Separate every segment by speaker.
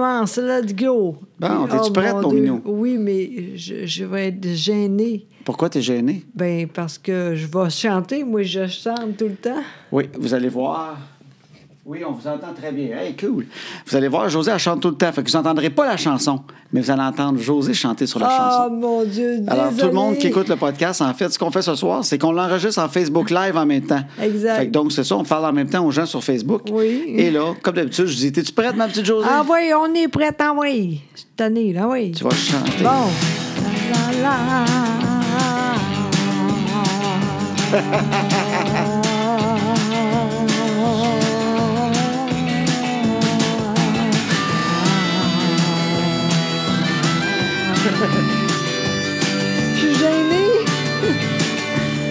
Speaker 1: Commence, let's go.
Speaker 2: Bon, Ben, t'es-tu
Speaker 1: Oh,
Speaker 2: prête, mon
Speaker 1: Dieu.
Speaker 2: minou?
Speaker 1: Oui, mais je, je vais être gênée.
Speaker 2: Pourquoi t'es gêné?
Speaker 1: Ben parce que je vais chanter, moi je chante tout le temps.
Speaker 2: Oui, vous allez voir. Oui, on vous entend très bien. Hey, cool. Vous allez voir, José, elle chante tout le temps. Fait que vous n'entendrez pas la chanson, mais vous allez entendre José chanter sur la
Speaker 1: Ah,
Speaker 2: chanson.
Speaker 1: mon Dieu,
Speaker 2: Alors, tout le monde
Speaker 1: désolée.
Speaker 2: qui écoute le podcast, en fait, ce qu'on fait ce soir, c'est qu'on l'enregistre en Facebook Live en même temps.
Speaker 1: Exact.
Speaker 2: Fait que donc, c'est ça, on parle en même temps aux gens sur Facebook.
Speaker 1: Oui.
Speaker 2: Et là, comme d'habitude, je dis T'es-tu prête, ma petite José
Speaker 1: Ah oui, on est prête, ah oui. Je suis tannée, là, oui.
Speaker 2: Tu vas
Speaker 1: Bon.
Speaker 2: chanter.
Speaker 1: La, la, la. Je suis gênée.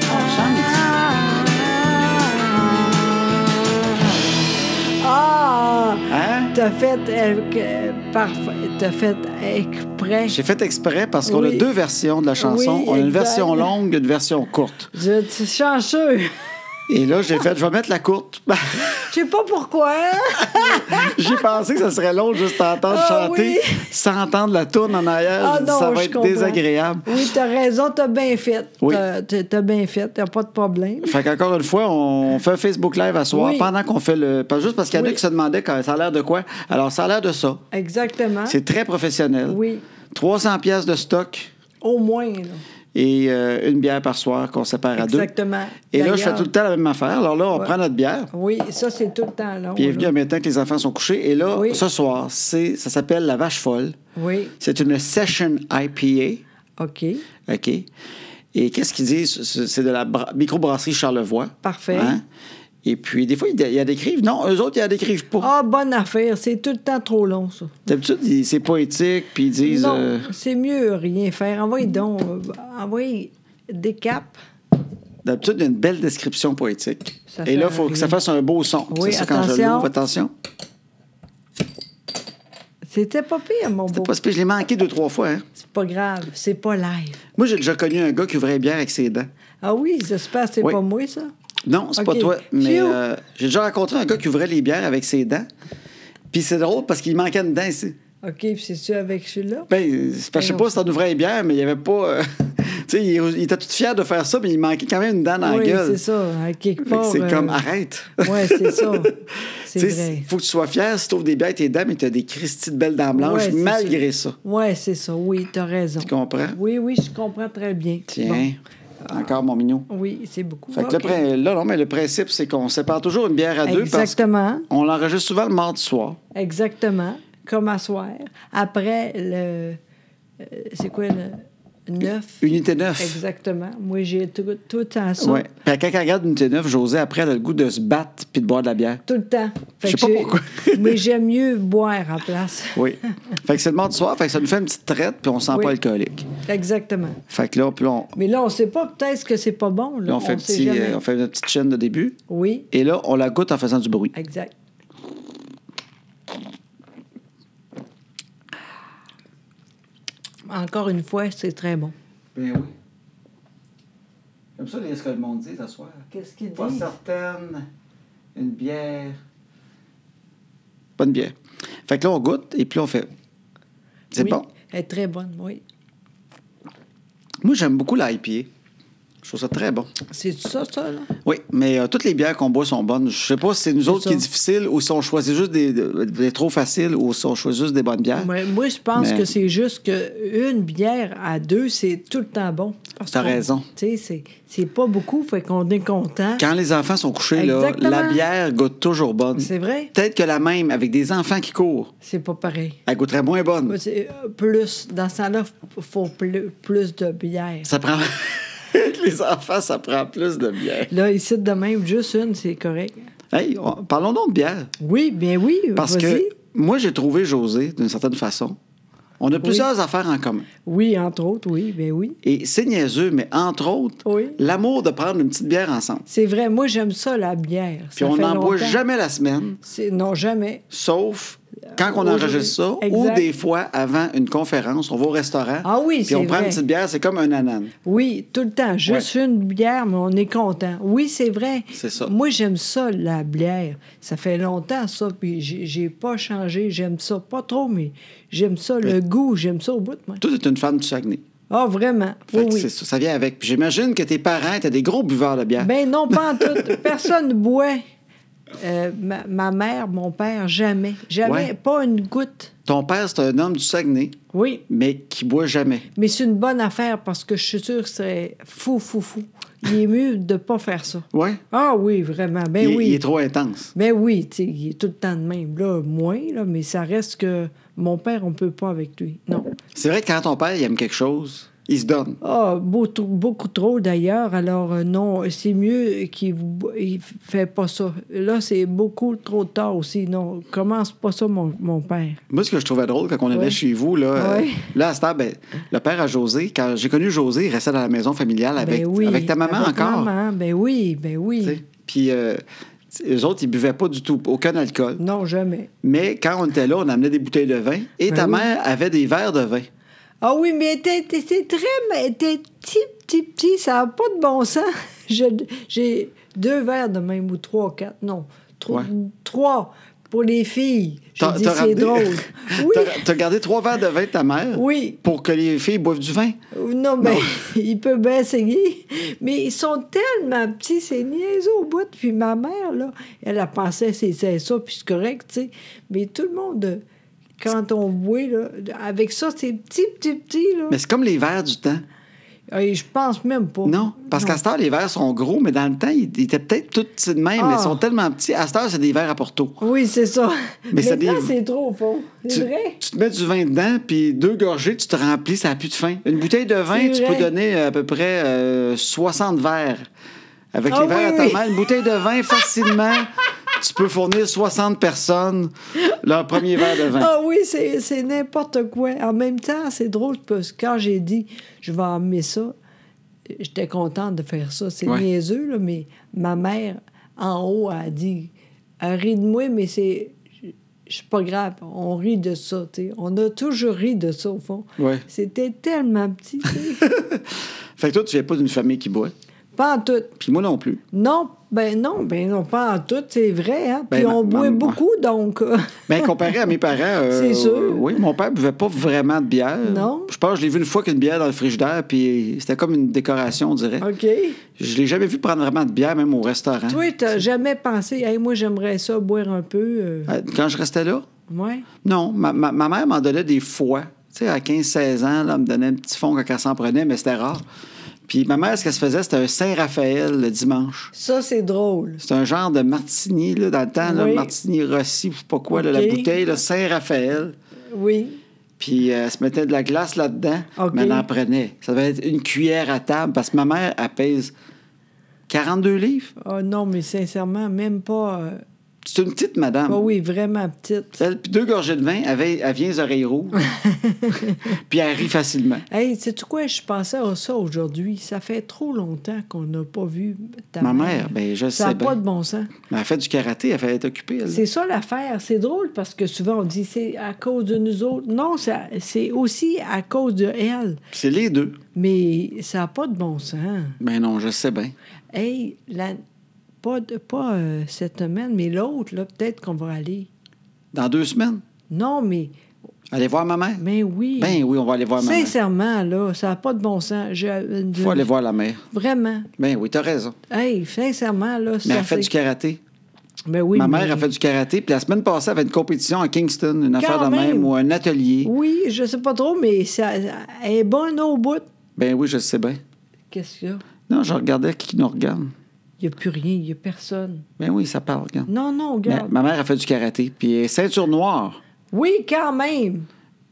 Speaker 2: Chante.
Speaker 1: Ah!
Speaker 2: Hein?
Speaker 1: T'as fait, euh, que- parfait, t'as fait exprès.
Speaker 2: J'ai fait exprès parce qu'on
Speaker 1: Oui.
Speaker 2: a deux versions de la chanson.
Speaker 1: Oui,
Speaker 2: on a une
Speaker 1: exact.
Speaker 2: version longue, une version courte.
Speaker 1: Je suis chanceux.
Speaker 2: Et là, j'ai fait, je vais mettre la courte.
Speaker 1: Je sais pas pourquoi.
Speaker 2: J'ai pensé que ça serait long juste à entendre
Speaker 1: Ah,
Speaker 2: chanter
Speaker 1: oui.
Speaker 2: sans entendre la tourne en arrière.
Speaker 1: Ah
Speaker 2: J'ai dit,
Speaker 1: non,
Speaker 2: ça va
Speaker 1: je
Speaker 2: être
Speaker 1: comprends.
Speaker 2: désagréable.
Speaker 1: Oui, t'as raison, t'as bien fait.
Speaker 2: Oui.
Speaker 1: T'as- T'as t'as bien fait, t'as pas de problème.
Speaker 2: Fait qu'encore une fois, on fait un Facebook Live à soir
Speaker 1: Oui.
Speaker 2: pendant qu'on fait le. pas Juste parce qu'il y en a
Speaker 1: Oui.
Speaker 2: qui se demandaient quand ça a l'air de quoi. Alors, ça a l'air de ça.
Speaker 1: Exactement.
Speaker 2: C'est très professionnel.
Speaker 1: Oui,
Speaker 2: 300 pièces de stock
Speaker 1: au moins. là.
Speaker 2: et euh, une bière par soir qu'on sépare à deux.
Speaker 1: Exactement.
Speaker 2: Et là, je fais
Speaker 1: D'ailleurs-
Speaker 2: tout le temps la même affaire. Alors là, on
Speaker 1: Ouais.
Speaker 2: prend notre bière.
Speaker 1: Oui, ça, c'est tout le temps long.
Speaker 2: Puis elle vient
Speaker 1: là.
Speaker 2: en même temps que les enfants sont couchés. Et là,
Speaker 1: Oui.
Speaker 2: ce soir, c'est, ça s'appelle La Vache Folle.
Speaker 1: Oui,
Speaker 2: C'est une session IPA.
Speaker 1: OK.
Speaker 2: OK. Et qu'est-ce qu'ils disent? C'est c'est de la bra- microbrasserie Charlevoix. Hein?
Speaker 1: Parfait.
Speaker 2: Et puis, des fois, ils, dé- ils la décrivent. Non, eux autres, ils la décrivent pas.
Speaker 1: Ah, bonne affaire. C'est tout le temps trop long, ça.
Speaker 2: D'habitude, ils- c'est poétique, puis ils disent...
Speaker 1: Non,
Speaker 2: euh,
Speaker 1: c'est mieux rien faire. Envoyez donc, euh, envoyez des caps.
Speaker 2: D'habitude, il y a une belle description poétique.
Speaker 1: Ça
Speaker 2: Et là, il
Speaker 1: fait
Speaker 2: faut
Speaker 1: rire.
Speaker 2: que ça fasse un beau son.
Speaker 1: Oui,
Speaker 2: c'est ça, quand je
Speaker 1: attention.
Speaker 2: l'ouvre, attention.
Speaker 1: C'était pas pire, mon beau.
Speaker 2: Pas si pire, je l'ai manqué deux, trois fois. hein.
Speaker 1: C'est pas grave, c'est pas live.
Speaker 2: Moi, j'ai déjà connu un gars qui ouvrait une bière avec ses dents.
Speaker 1: Ah oui, j'espère que c'est
Speaker 2: Oui.
Speaker 1: pas moi, ça.
Speaker 2: Non, c'est
Speaker 1: OK.
Speaker 2: pas toi. Mais
Speaker 1: Phew.
Speaker 2: euh, j'ai déjà rencontré un gars qui ouvrait les bières avec ses dents. Puis c'est drôle parce qu'il manquait une dent ici.
Speaker 1: OK, puis c'est-tu avec celui-là?
Speaker 2: Ben, c'est parce que je sais
Speaker 1: Ben
Speaker 2: pas si t'en ouvrais les bières, mais il y avait pas. euh, tu sais, il, il était tout fier de faire ça, mais il manquait quand même une dent dans
Speaker 1: oui,
Speaker 2: la gueule.
Speaker 1: c'est ça, à quelque
Speaker 2: Fait que
Speaker 1: part.
Speaker 2: c'est
Speaker 1: euh,
Speaker 2: comme arrête.
Speaker 1: Ouais, c'est ça. C'est
Speaker 2: Tu
Speaker 1: vrai.
Speaker 2: sais, faut que tu sois fier. Si tu ouvres des bières avec tes dents, mais t'as des cristis de belles dents blanches
Speaker 1: Ouais, c'est
Speaker 2: malgré ça.
Speaker 1: Ouais, c'est ça. Oui, t'as raison.
Speaker 2: Tu comprends?
Speaker 1: Oui, oui, je comprends très bien.
Speaker 2: Tiens, encore mon mignon.
Speaker 1: Bon. Oui, c'est beaucoup.
Speaker 2: Fait que le
Speaker 1: OK.
Speaker 2: prin- là, non, mais le principe, c'est qu'on sépare toujours une bière à deux parce
Speaker 1: Exactement.
Speaker 2: qu'on l'enregistre souvent le mardi soir.
Speaker 1: Exactement. Comme à soir. Après le. euh, C'est quoi le. Neuf.
Speaker 2: Unité 9.
Speaker 1: Exactement. Moi, j'ai tout, tout en ça.
Speaker 2: Ouais. Puis quand elle regarde Unité 9, José, après, elle a le goût de se battre puis de boire de la bière.
Speaker 1: Tout le temps. Fait
Speaker 2: Je sais
Speaker 1: que
Speaker 2: pas
Speaker 1: j'ai-
Speaker 2: pourquoi.
Speaker 1: Mais j'aime mieux boire en place.
Speaker 2: Oui. fait que c'est le mardi soir, fait que ça nous fait une petite traite, puis on se sent
Speaker 1: Oui.
Speaker 2: pas alcoolique.
Speaker 1: Exactement.
Speaker 2: Fait que là, puis là, on,
Speaker 1: Mais là, on sait pas peut-être ce que c'est pas bon. Là,
Speaker 2: là, on fait, un
Speaker 1: sait
Speaker 2: petit,
Speaker 1: jamais.
Speaker 2: euh, on fait notre petite chaîne de début,
Speaker 1: Oui,
Speaker 2: et là, on la goûte en faisant du bruit.
Speaker 1: exact. Encore une fois, c'est très bon.
Speaker 2: Ben oui. Comme ça, les ce que le monde dit ce soir.
Speaker 1: Qu'est-ce qu'il dit?
Speaker 2: certaine, une bière. Bonne bière. Fait que là, on goûte, et puis là, on fait. C'est
Speaker 1: Oui,
Speaker 2: bon.
Speaker 1: Elle est très bonne, oui.
Speaker 2: Moi, j'aime beaucoup l'IPA. Je trouve ça très bon.
Speaker 1: C'est ça, ça, là?
Speaker 2: Oui, mais euh, toutes les bières qu'on boit sont bonnes. Je sais pas si c'est nous autres
Speaker 1: ça.
Speaker 2: qui est difficile ou si on choisit juste des, des trop faciles ou si on choisit juste des bonnes bières.
Speaker 1: Mais moi, je pense
Speaker 2: Hein? Mais-
Speaker 1: que c'est juste qu'une bière à deux, c'est tout le temps bon. Parce
Speaker 2: T'as
Speaker 1: qu'on-
Speaker 2: raison.
Speaker 1: Tu sais, c'est- c'est pas beaucoup, fait qu'on est content.
Speaker 2: Quand les enfants sont couchés, là,
Speaker 1: Exactement.
Speaker 2: la bière goûte toujours bonne.
Speaker 1: C'est vrai,
Speaker 2: Peut-être que la même, avec des enfants qui courent,
Speaker 1: c'est pas pareil.
Speaker 2: elle goûterait moins bonne.
Speaker 1: Moi, c'est, euh, plus, dans ce temps-là, il faut plus, plus de bière.
Speaker 2: Ça prend. Avec les enfants, ça prend plus de bière.
Speaker 1: Là, ici, de même, juste une, c'est correct.
Speaker 2: Hey, on- parlons donc de bière.
Speaker 1: Oui, bien oui,
Speaker 2: Parce que
Speaker 1: vas-y.
Speaker 2: moi, j'ai trouvé José, d'une certaine façon. On a plusieurs affaires en commun.
Speaker 1: Oui, entre autres, oui, bien oui.
Speaker 2: Et c'est niaiseux, mais entre autres,
Speaker 1: Oui.
Speaker 2: l'amour de prendre une petite bière ensemble.
Speaker 1: C'est vrai, moi, j'aime ça, la bière.
Speaker 2: Puis
Speaker 1: Ça
Speaker 2: on
Speaker 1: fait
Speaker 2: n'en boit
Speaker 1: longtemps.
Speaker 2: jamais la semaine,
Speaker 1: C'est- Non, jamais.
Speaker 2: sauf quand on
Speaker 1: Aujourd'hui.
Speaker 2: enregistre ça, ou
Speaker 1: Exact.
Speaker 2: des fois avant une conférence, on va au restaurant.
Speaker 1: Ah oui,
Speaker 2: Puis
Speaker 1: c'est
Speaker 2: on prend
Speaker 1: vrai.
Speaker 2: une petite bière, c'est comme un anan.
Speaker 1: Oui, tout le temps. Juste une bière, mais on est content. Oui, c'est vrai.
Speaker 2: C'est ça.
Speaker 1: Moi, j'aime ça, la bière. Ça fait longtemps, ça, puis j'ai j'ai pas changé. J'aime ça, pas trop, mais j'aime ça, le goût, j'aime ça au bout de moi.
Speaker 2: Toi, t'es une femme du Saguenay.
Speaker 1: Ah, vraiment?
Speaker 2: Fait
Speaker 1: Oui,
Speaker 2: que c'est
Speaker 1: oui.
Speaker 2: ça, ça vient avec. Puis j'imagine que tes parents étaient des gros buveurs de bière.
Speaker 1: Ben non, pas en tout. Personne ne boit. Euh, ma, ma mère, mon père, jamais. Jamais.
Speaker 2: Ouais.
Speaker 1: Pas une goutte.
Speaker 2: Ton père, c'est un homme du Saguenay,
Speaker 1: Oui.
Speaker 2: mais qui boit jamais.
Speaker 1: Mais c'est une bonne affaire parce que je suis sûre que c'est fou, fou, fou. Il est mieux de pas faire ça.
Speaker 2: Ouais.
Speaker 1: Ah oui, vraiment. Ben
Speaker 2: Il, est-
Speaker 1: oui.
Speaker 2: il est trop intense.
Speaker 1: Ben oui, tu sais, il est tout le temps de même. Là, moins, là, mais ça reste que mon père, on peut pas avec lui. Non.
Speaker 2: C'est vrai que quand ton père il aime quelque chose, il se donne.
Speaker 1: Ah, beau- tr- beaucoup trop d'ailleurs. Alors, euh, non, c'est mieux qu'il vous- il fait pas ça. Là, c'est beaucoup trop tard aussi. Non, commence pas ça, mon, mon père.
Speaker 2: Moi, ce que je trouvais drôle quand on allait
Speaker 1: Ouais.
Speaker 2: chez vous, là,
Speaker 1: Ouais.
Speaker 2: euh, là à cette heure, ben, le père à José, quand j'ai connu José, il restait dans la maison familiale avec,
Speaker 1: ben oui.
Speaker 2: avec ta maman
Speaker 1: Avec
Speaker 2: encore.
Speaker 1: maman, ben oui, ben oui.
Speaker 2: tu sais. Puis euh, eux autres, ils buvaient pas du tout, aucun alcool.
Speaker 1: Non, jamais.
Speaker 2: Mais quand on était là, on amenait des bouteilles de vin et
Speaker 1: Ben
Speaker 2: ta
Speaker 1: oui.
Speaker 2: mère avait des verres de vin.
Speaker 1: Ah oui, mais t'es, t'es- c'est très... mais T'es petit, petit, petit, ça n'a pas de bon sens. Je- j'ai deux verres de même, ou trois, quatre, non. Trois,
Speaker 2: Ouais.
Speaker 1: trois pour les filles. Je
Speaker 2: T'as-
Speaker 1: dis,
Speaker 2: t'as
Speaker 1: c'est
Speaker 2: ramené-
Speaker 1: drôle. Oui,
Speaker 2: T'as- T'as gardé trois verres de vin de ta mère
Speaker 1: oui.
Speaker 2: pour que les filles boivent du vin.
Speaker 1: Non, mais il peut bien essayer. Mais ils sont tellement petits, c'est niaiseux au bout. Puis ma mère, là, elle a pensé c'était ça, puis c'est correct, tu sais. Mais tout le monde, euh, quand on boit, là, avec ça, c'est petit, petit, petit, là.
Speaker 2: Mais c'est comme les verres du temps.
Speaker 1: Ah, Et je pense même pas.
Speaker 2: Non, parce qu'à cette heure, les verres sont gros, mais dans le temps, ils ils étaient peut-être tous petits de même, mais
Speaker 1: Ah.
Speaker 2: ils sont tellement petits. À cette heure, c'est des verres à Porto.
Speaker 1: Oui, c'est ça.
Speaker 2: Mais ça
Speaker 1: Maintenant,
Speaker 2: dé-
Speaker 1: c'est trop faux. C'est
Speaker 2: Tu,
Speaker 1: vrai?
Speaker 2: tu te mets du vin dedans, puis deux gorgées, tu te remplis, ça n'a plus de fin. Une bouteille de vin,
Speaker 1: C'est
Speaker 2: tu
Speaker 1: vrai.
Speaker 2: peux donner à peu près euh, 60 verres. Avec
Speaker 1: Ah
Speaker 2: les verres
Speaker 1: oui,
Speaker 2: à ta
Speaker 1: oui.
Speaker 2: main, une bouteille de vin, facilement, tu peux fournir 60 personnes leur premier verre de vin.
Speaker 1: Ah oui, c'est c'est n'importe quoi. En même temps, c'est drôle parce que quand j'ai dit je vais emmener ça, j'étais contente de faire ça. C'est
Speaker 2: Ouais.
Speaker 1: niaiseux, là, mais ma mère en haut a dit Elle rit de moi, mais c'est. C'est pas grave, on rit de ça. tu sais. On a toujours ri de ça, au fond.
Speaker 2: Ouais.
Speaker 1: C'était tellement petit. tu sais.
Speaker 2: Fait que toi, tu viens pas d'une famille qui boit.
Speaker 1: pas en tout.
Speaker 2: Puis moi non plus.
Speaker 1: Non, ben non, ben non, pas en tout, c'est vrai. Hein?
Speaker 2: Ben,
Speaker 1: Puis
Speaker 2: ma-
Speaker 1: on
Speaker 2: ma-
Speaker 1: boit
Speaker 2: ma-
Speaker 1: beaucoup, donc. euh,
Speaker 2: Mais Ben, comparé à mes parents, euh,
Speaker 1: C'est sûr.
Speaker 2: euh, oui, mon père buvait pas vraiment de bière.
Speaker 1: Non.
Speaker 2: Je pense que je l'ai vu une fois qu'une bière dans le frigidaire, puis c'était comme une décoration, on dirait.
Speaker 1: OK.
Speaker 2: Je l'ai jamais vu prendre vraiment de bière, même au restaurant.
Speaker 1: Ah Toi, t'as jamais pensé, hey, moi, j'aimerais ça boire un peu. euh,
Speaker 2: Euh, Quand je restais là,
Speaker 1: ouais.
Speaker 2: non, ma, ma- ma mère m'en donnait des fois. Tu sais, à 15-16 ans, là, elle me donnait un petit fond quand elle s'en prenait, mais c'était rare. Puis ma mère, ce qu'elle se faisait, c'était un Saint-Raphaël le dimanche.
Speaker 1: Ça, c'est drôle.
Speaker 2: C'est un genre de martini, là, dans le temps, là,
Speaker 1: Oui.
Speaker 2: martini Rossi, je sais pas quoi, là,
Speaker 1: OK.
Speaker 2: la bouteille, là, Saint-Raphaël.
Speaker 1: Oui.
Speaker 2: Puis euh, elle se mettait de la glace là-dedans,
Speaker 1: OK.
Speaker 2: mais elle en prenait. Ça devait être une cuillère à table, parce que ma mère, elle pèse 42 livres.
Speaker 1: Ah non, mais sincèrement, même pas. euh,
Speaker 2: C'est une petite madame.
Speaker 1: ah oui, vraiment petite.
Speaker 2: Elle, puis deux gorgées de vin, elle, avait- elle vient les oreilles rouges. puis elle rit facilement.
Speaker 1: Hey, sais-tu quoi? Je pensais à ça aujourd'hui. Ça fait trop longtemps qu'on n'a pas vu ta
Speaker 2: Ma mère, ben,
Speaker 1: Ça
Speaker 2: je sais
Speaker 1: n'a pas
Speaker 2: bien.
Speaker 1: de bon sens.
Speaker 2: Mais elle fait du karaté, elle fallait être occupée. elle.
Speaker 1: C'est ça l'affaire. C'est drôle parce que souvent on dit c'est à cause de nous autres. Non, ça- c'est aussi à cause de elle.
Speaker 2: C'est les deux.
Speaker 1: Mais ça n'a pas de bon sens.
Speaker 2: Ben non, je sais bien.
Speaker 1: Hey, la- pas, de- pas euh, cette semaine, mais l'autre, là, peut-être qu'on va aller.
Speaker 2: Dans deux semaines,
Speaker 1: Non, mais.
Speaker 2: allez voir ma mère.
Speaker 1: Mais oui.
Speaker 2: Ben oui, on va aller voir ma mère.
Speaker 1: Sincèrement, là, ça n'a pas de bon sens. Je,
Speaker 2: Il faut aller voir la mère.
Speaker 1: Vraiment.
Speaker 2: Ben oui, t'as raison.
Speaker 1: Hey, sincèrement, là.
Speaker 2: Mais
Speaker 1: ça,
Speaker 2: elle fait
Speaker 1: c'est-
Speaker 2: du karaté.
Speaker 1: Ben oui,
Speaker 2: ma mère
Speaker 1: mais-
Speaker 2: a fait du karaté. Puis la semaine passée, elle avait une compétition à Kingston, une affaire de
Speaker 1: même.
Speaker 2: même, ou un atelier.
Speaker 1: Oui, je sais pas trop, mais ça, elle est bonne au bout.
Speaker 2: Ben oui, je sais bien.
Speaker 1: Qu'est-ce qu'il y a?
Speaker 2: Non, je regardais qui nous regarde.
Speaker 1: Il n'y a plus rien, il n'y a personne.
Speaker 2: Ben oui, ça parle, regarde.
Speaker 1: Non, non,
Speaker 2: Mais
Speaker 1: regarde.
Speaker 2: ma mère a fait du karaté. Puis elle est ceinture noire.
Speaker 1: Oui, quand même.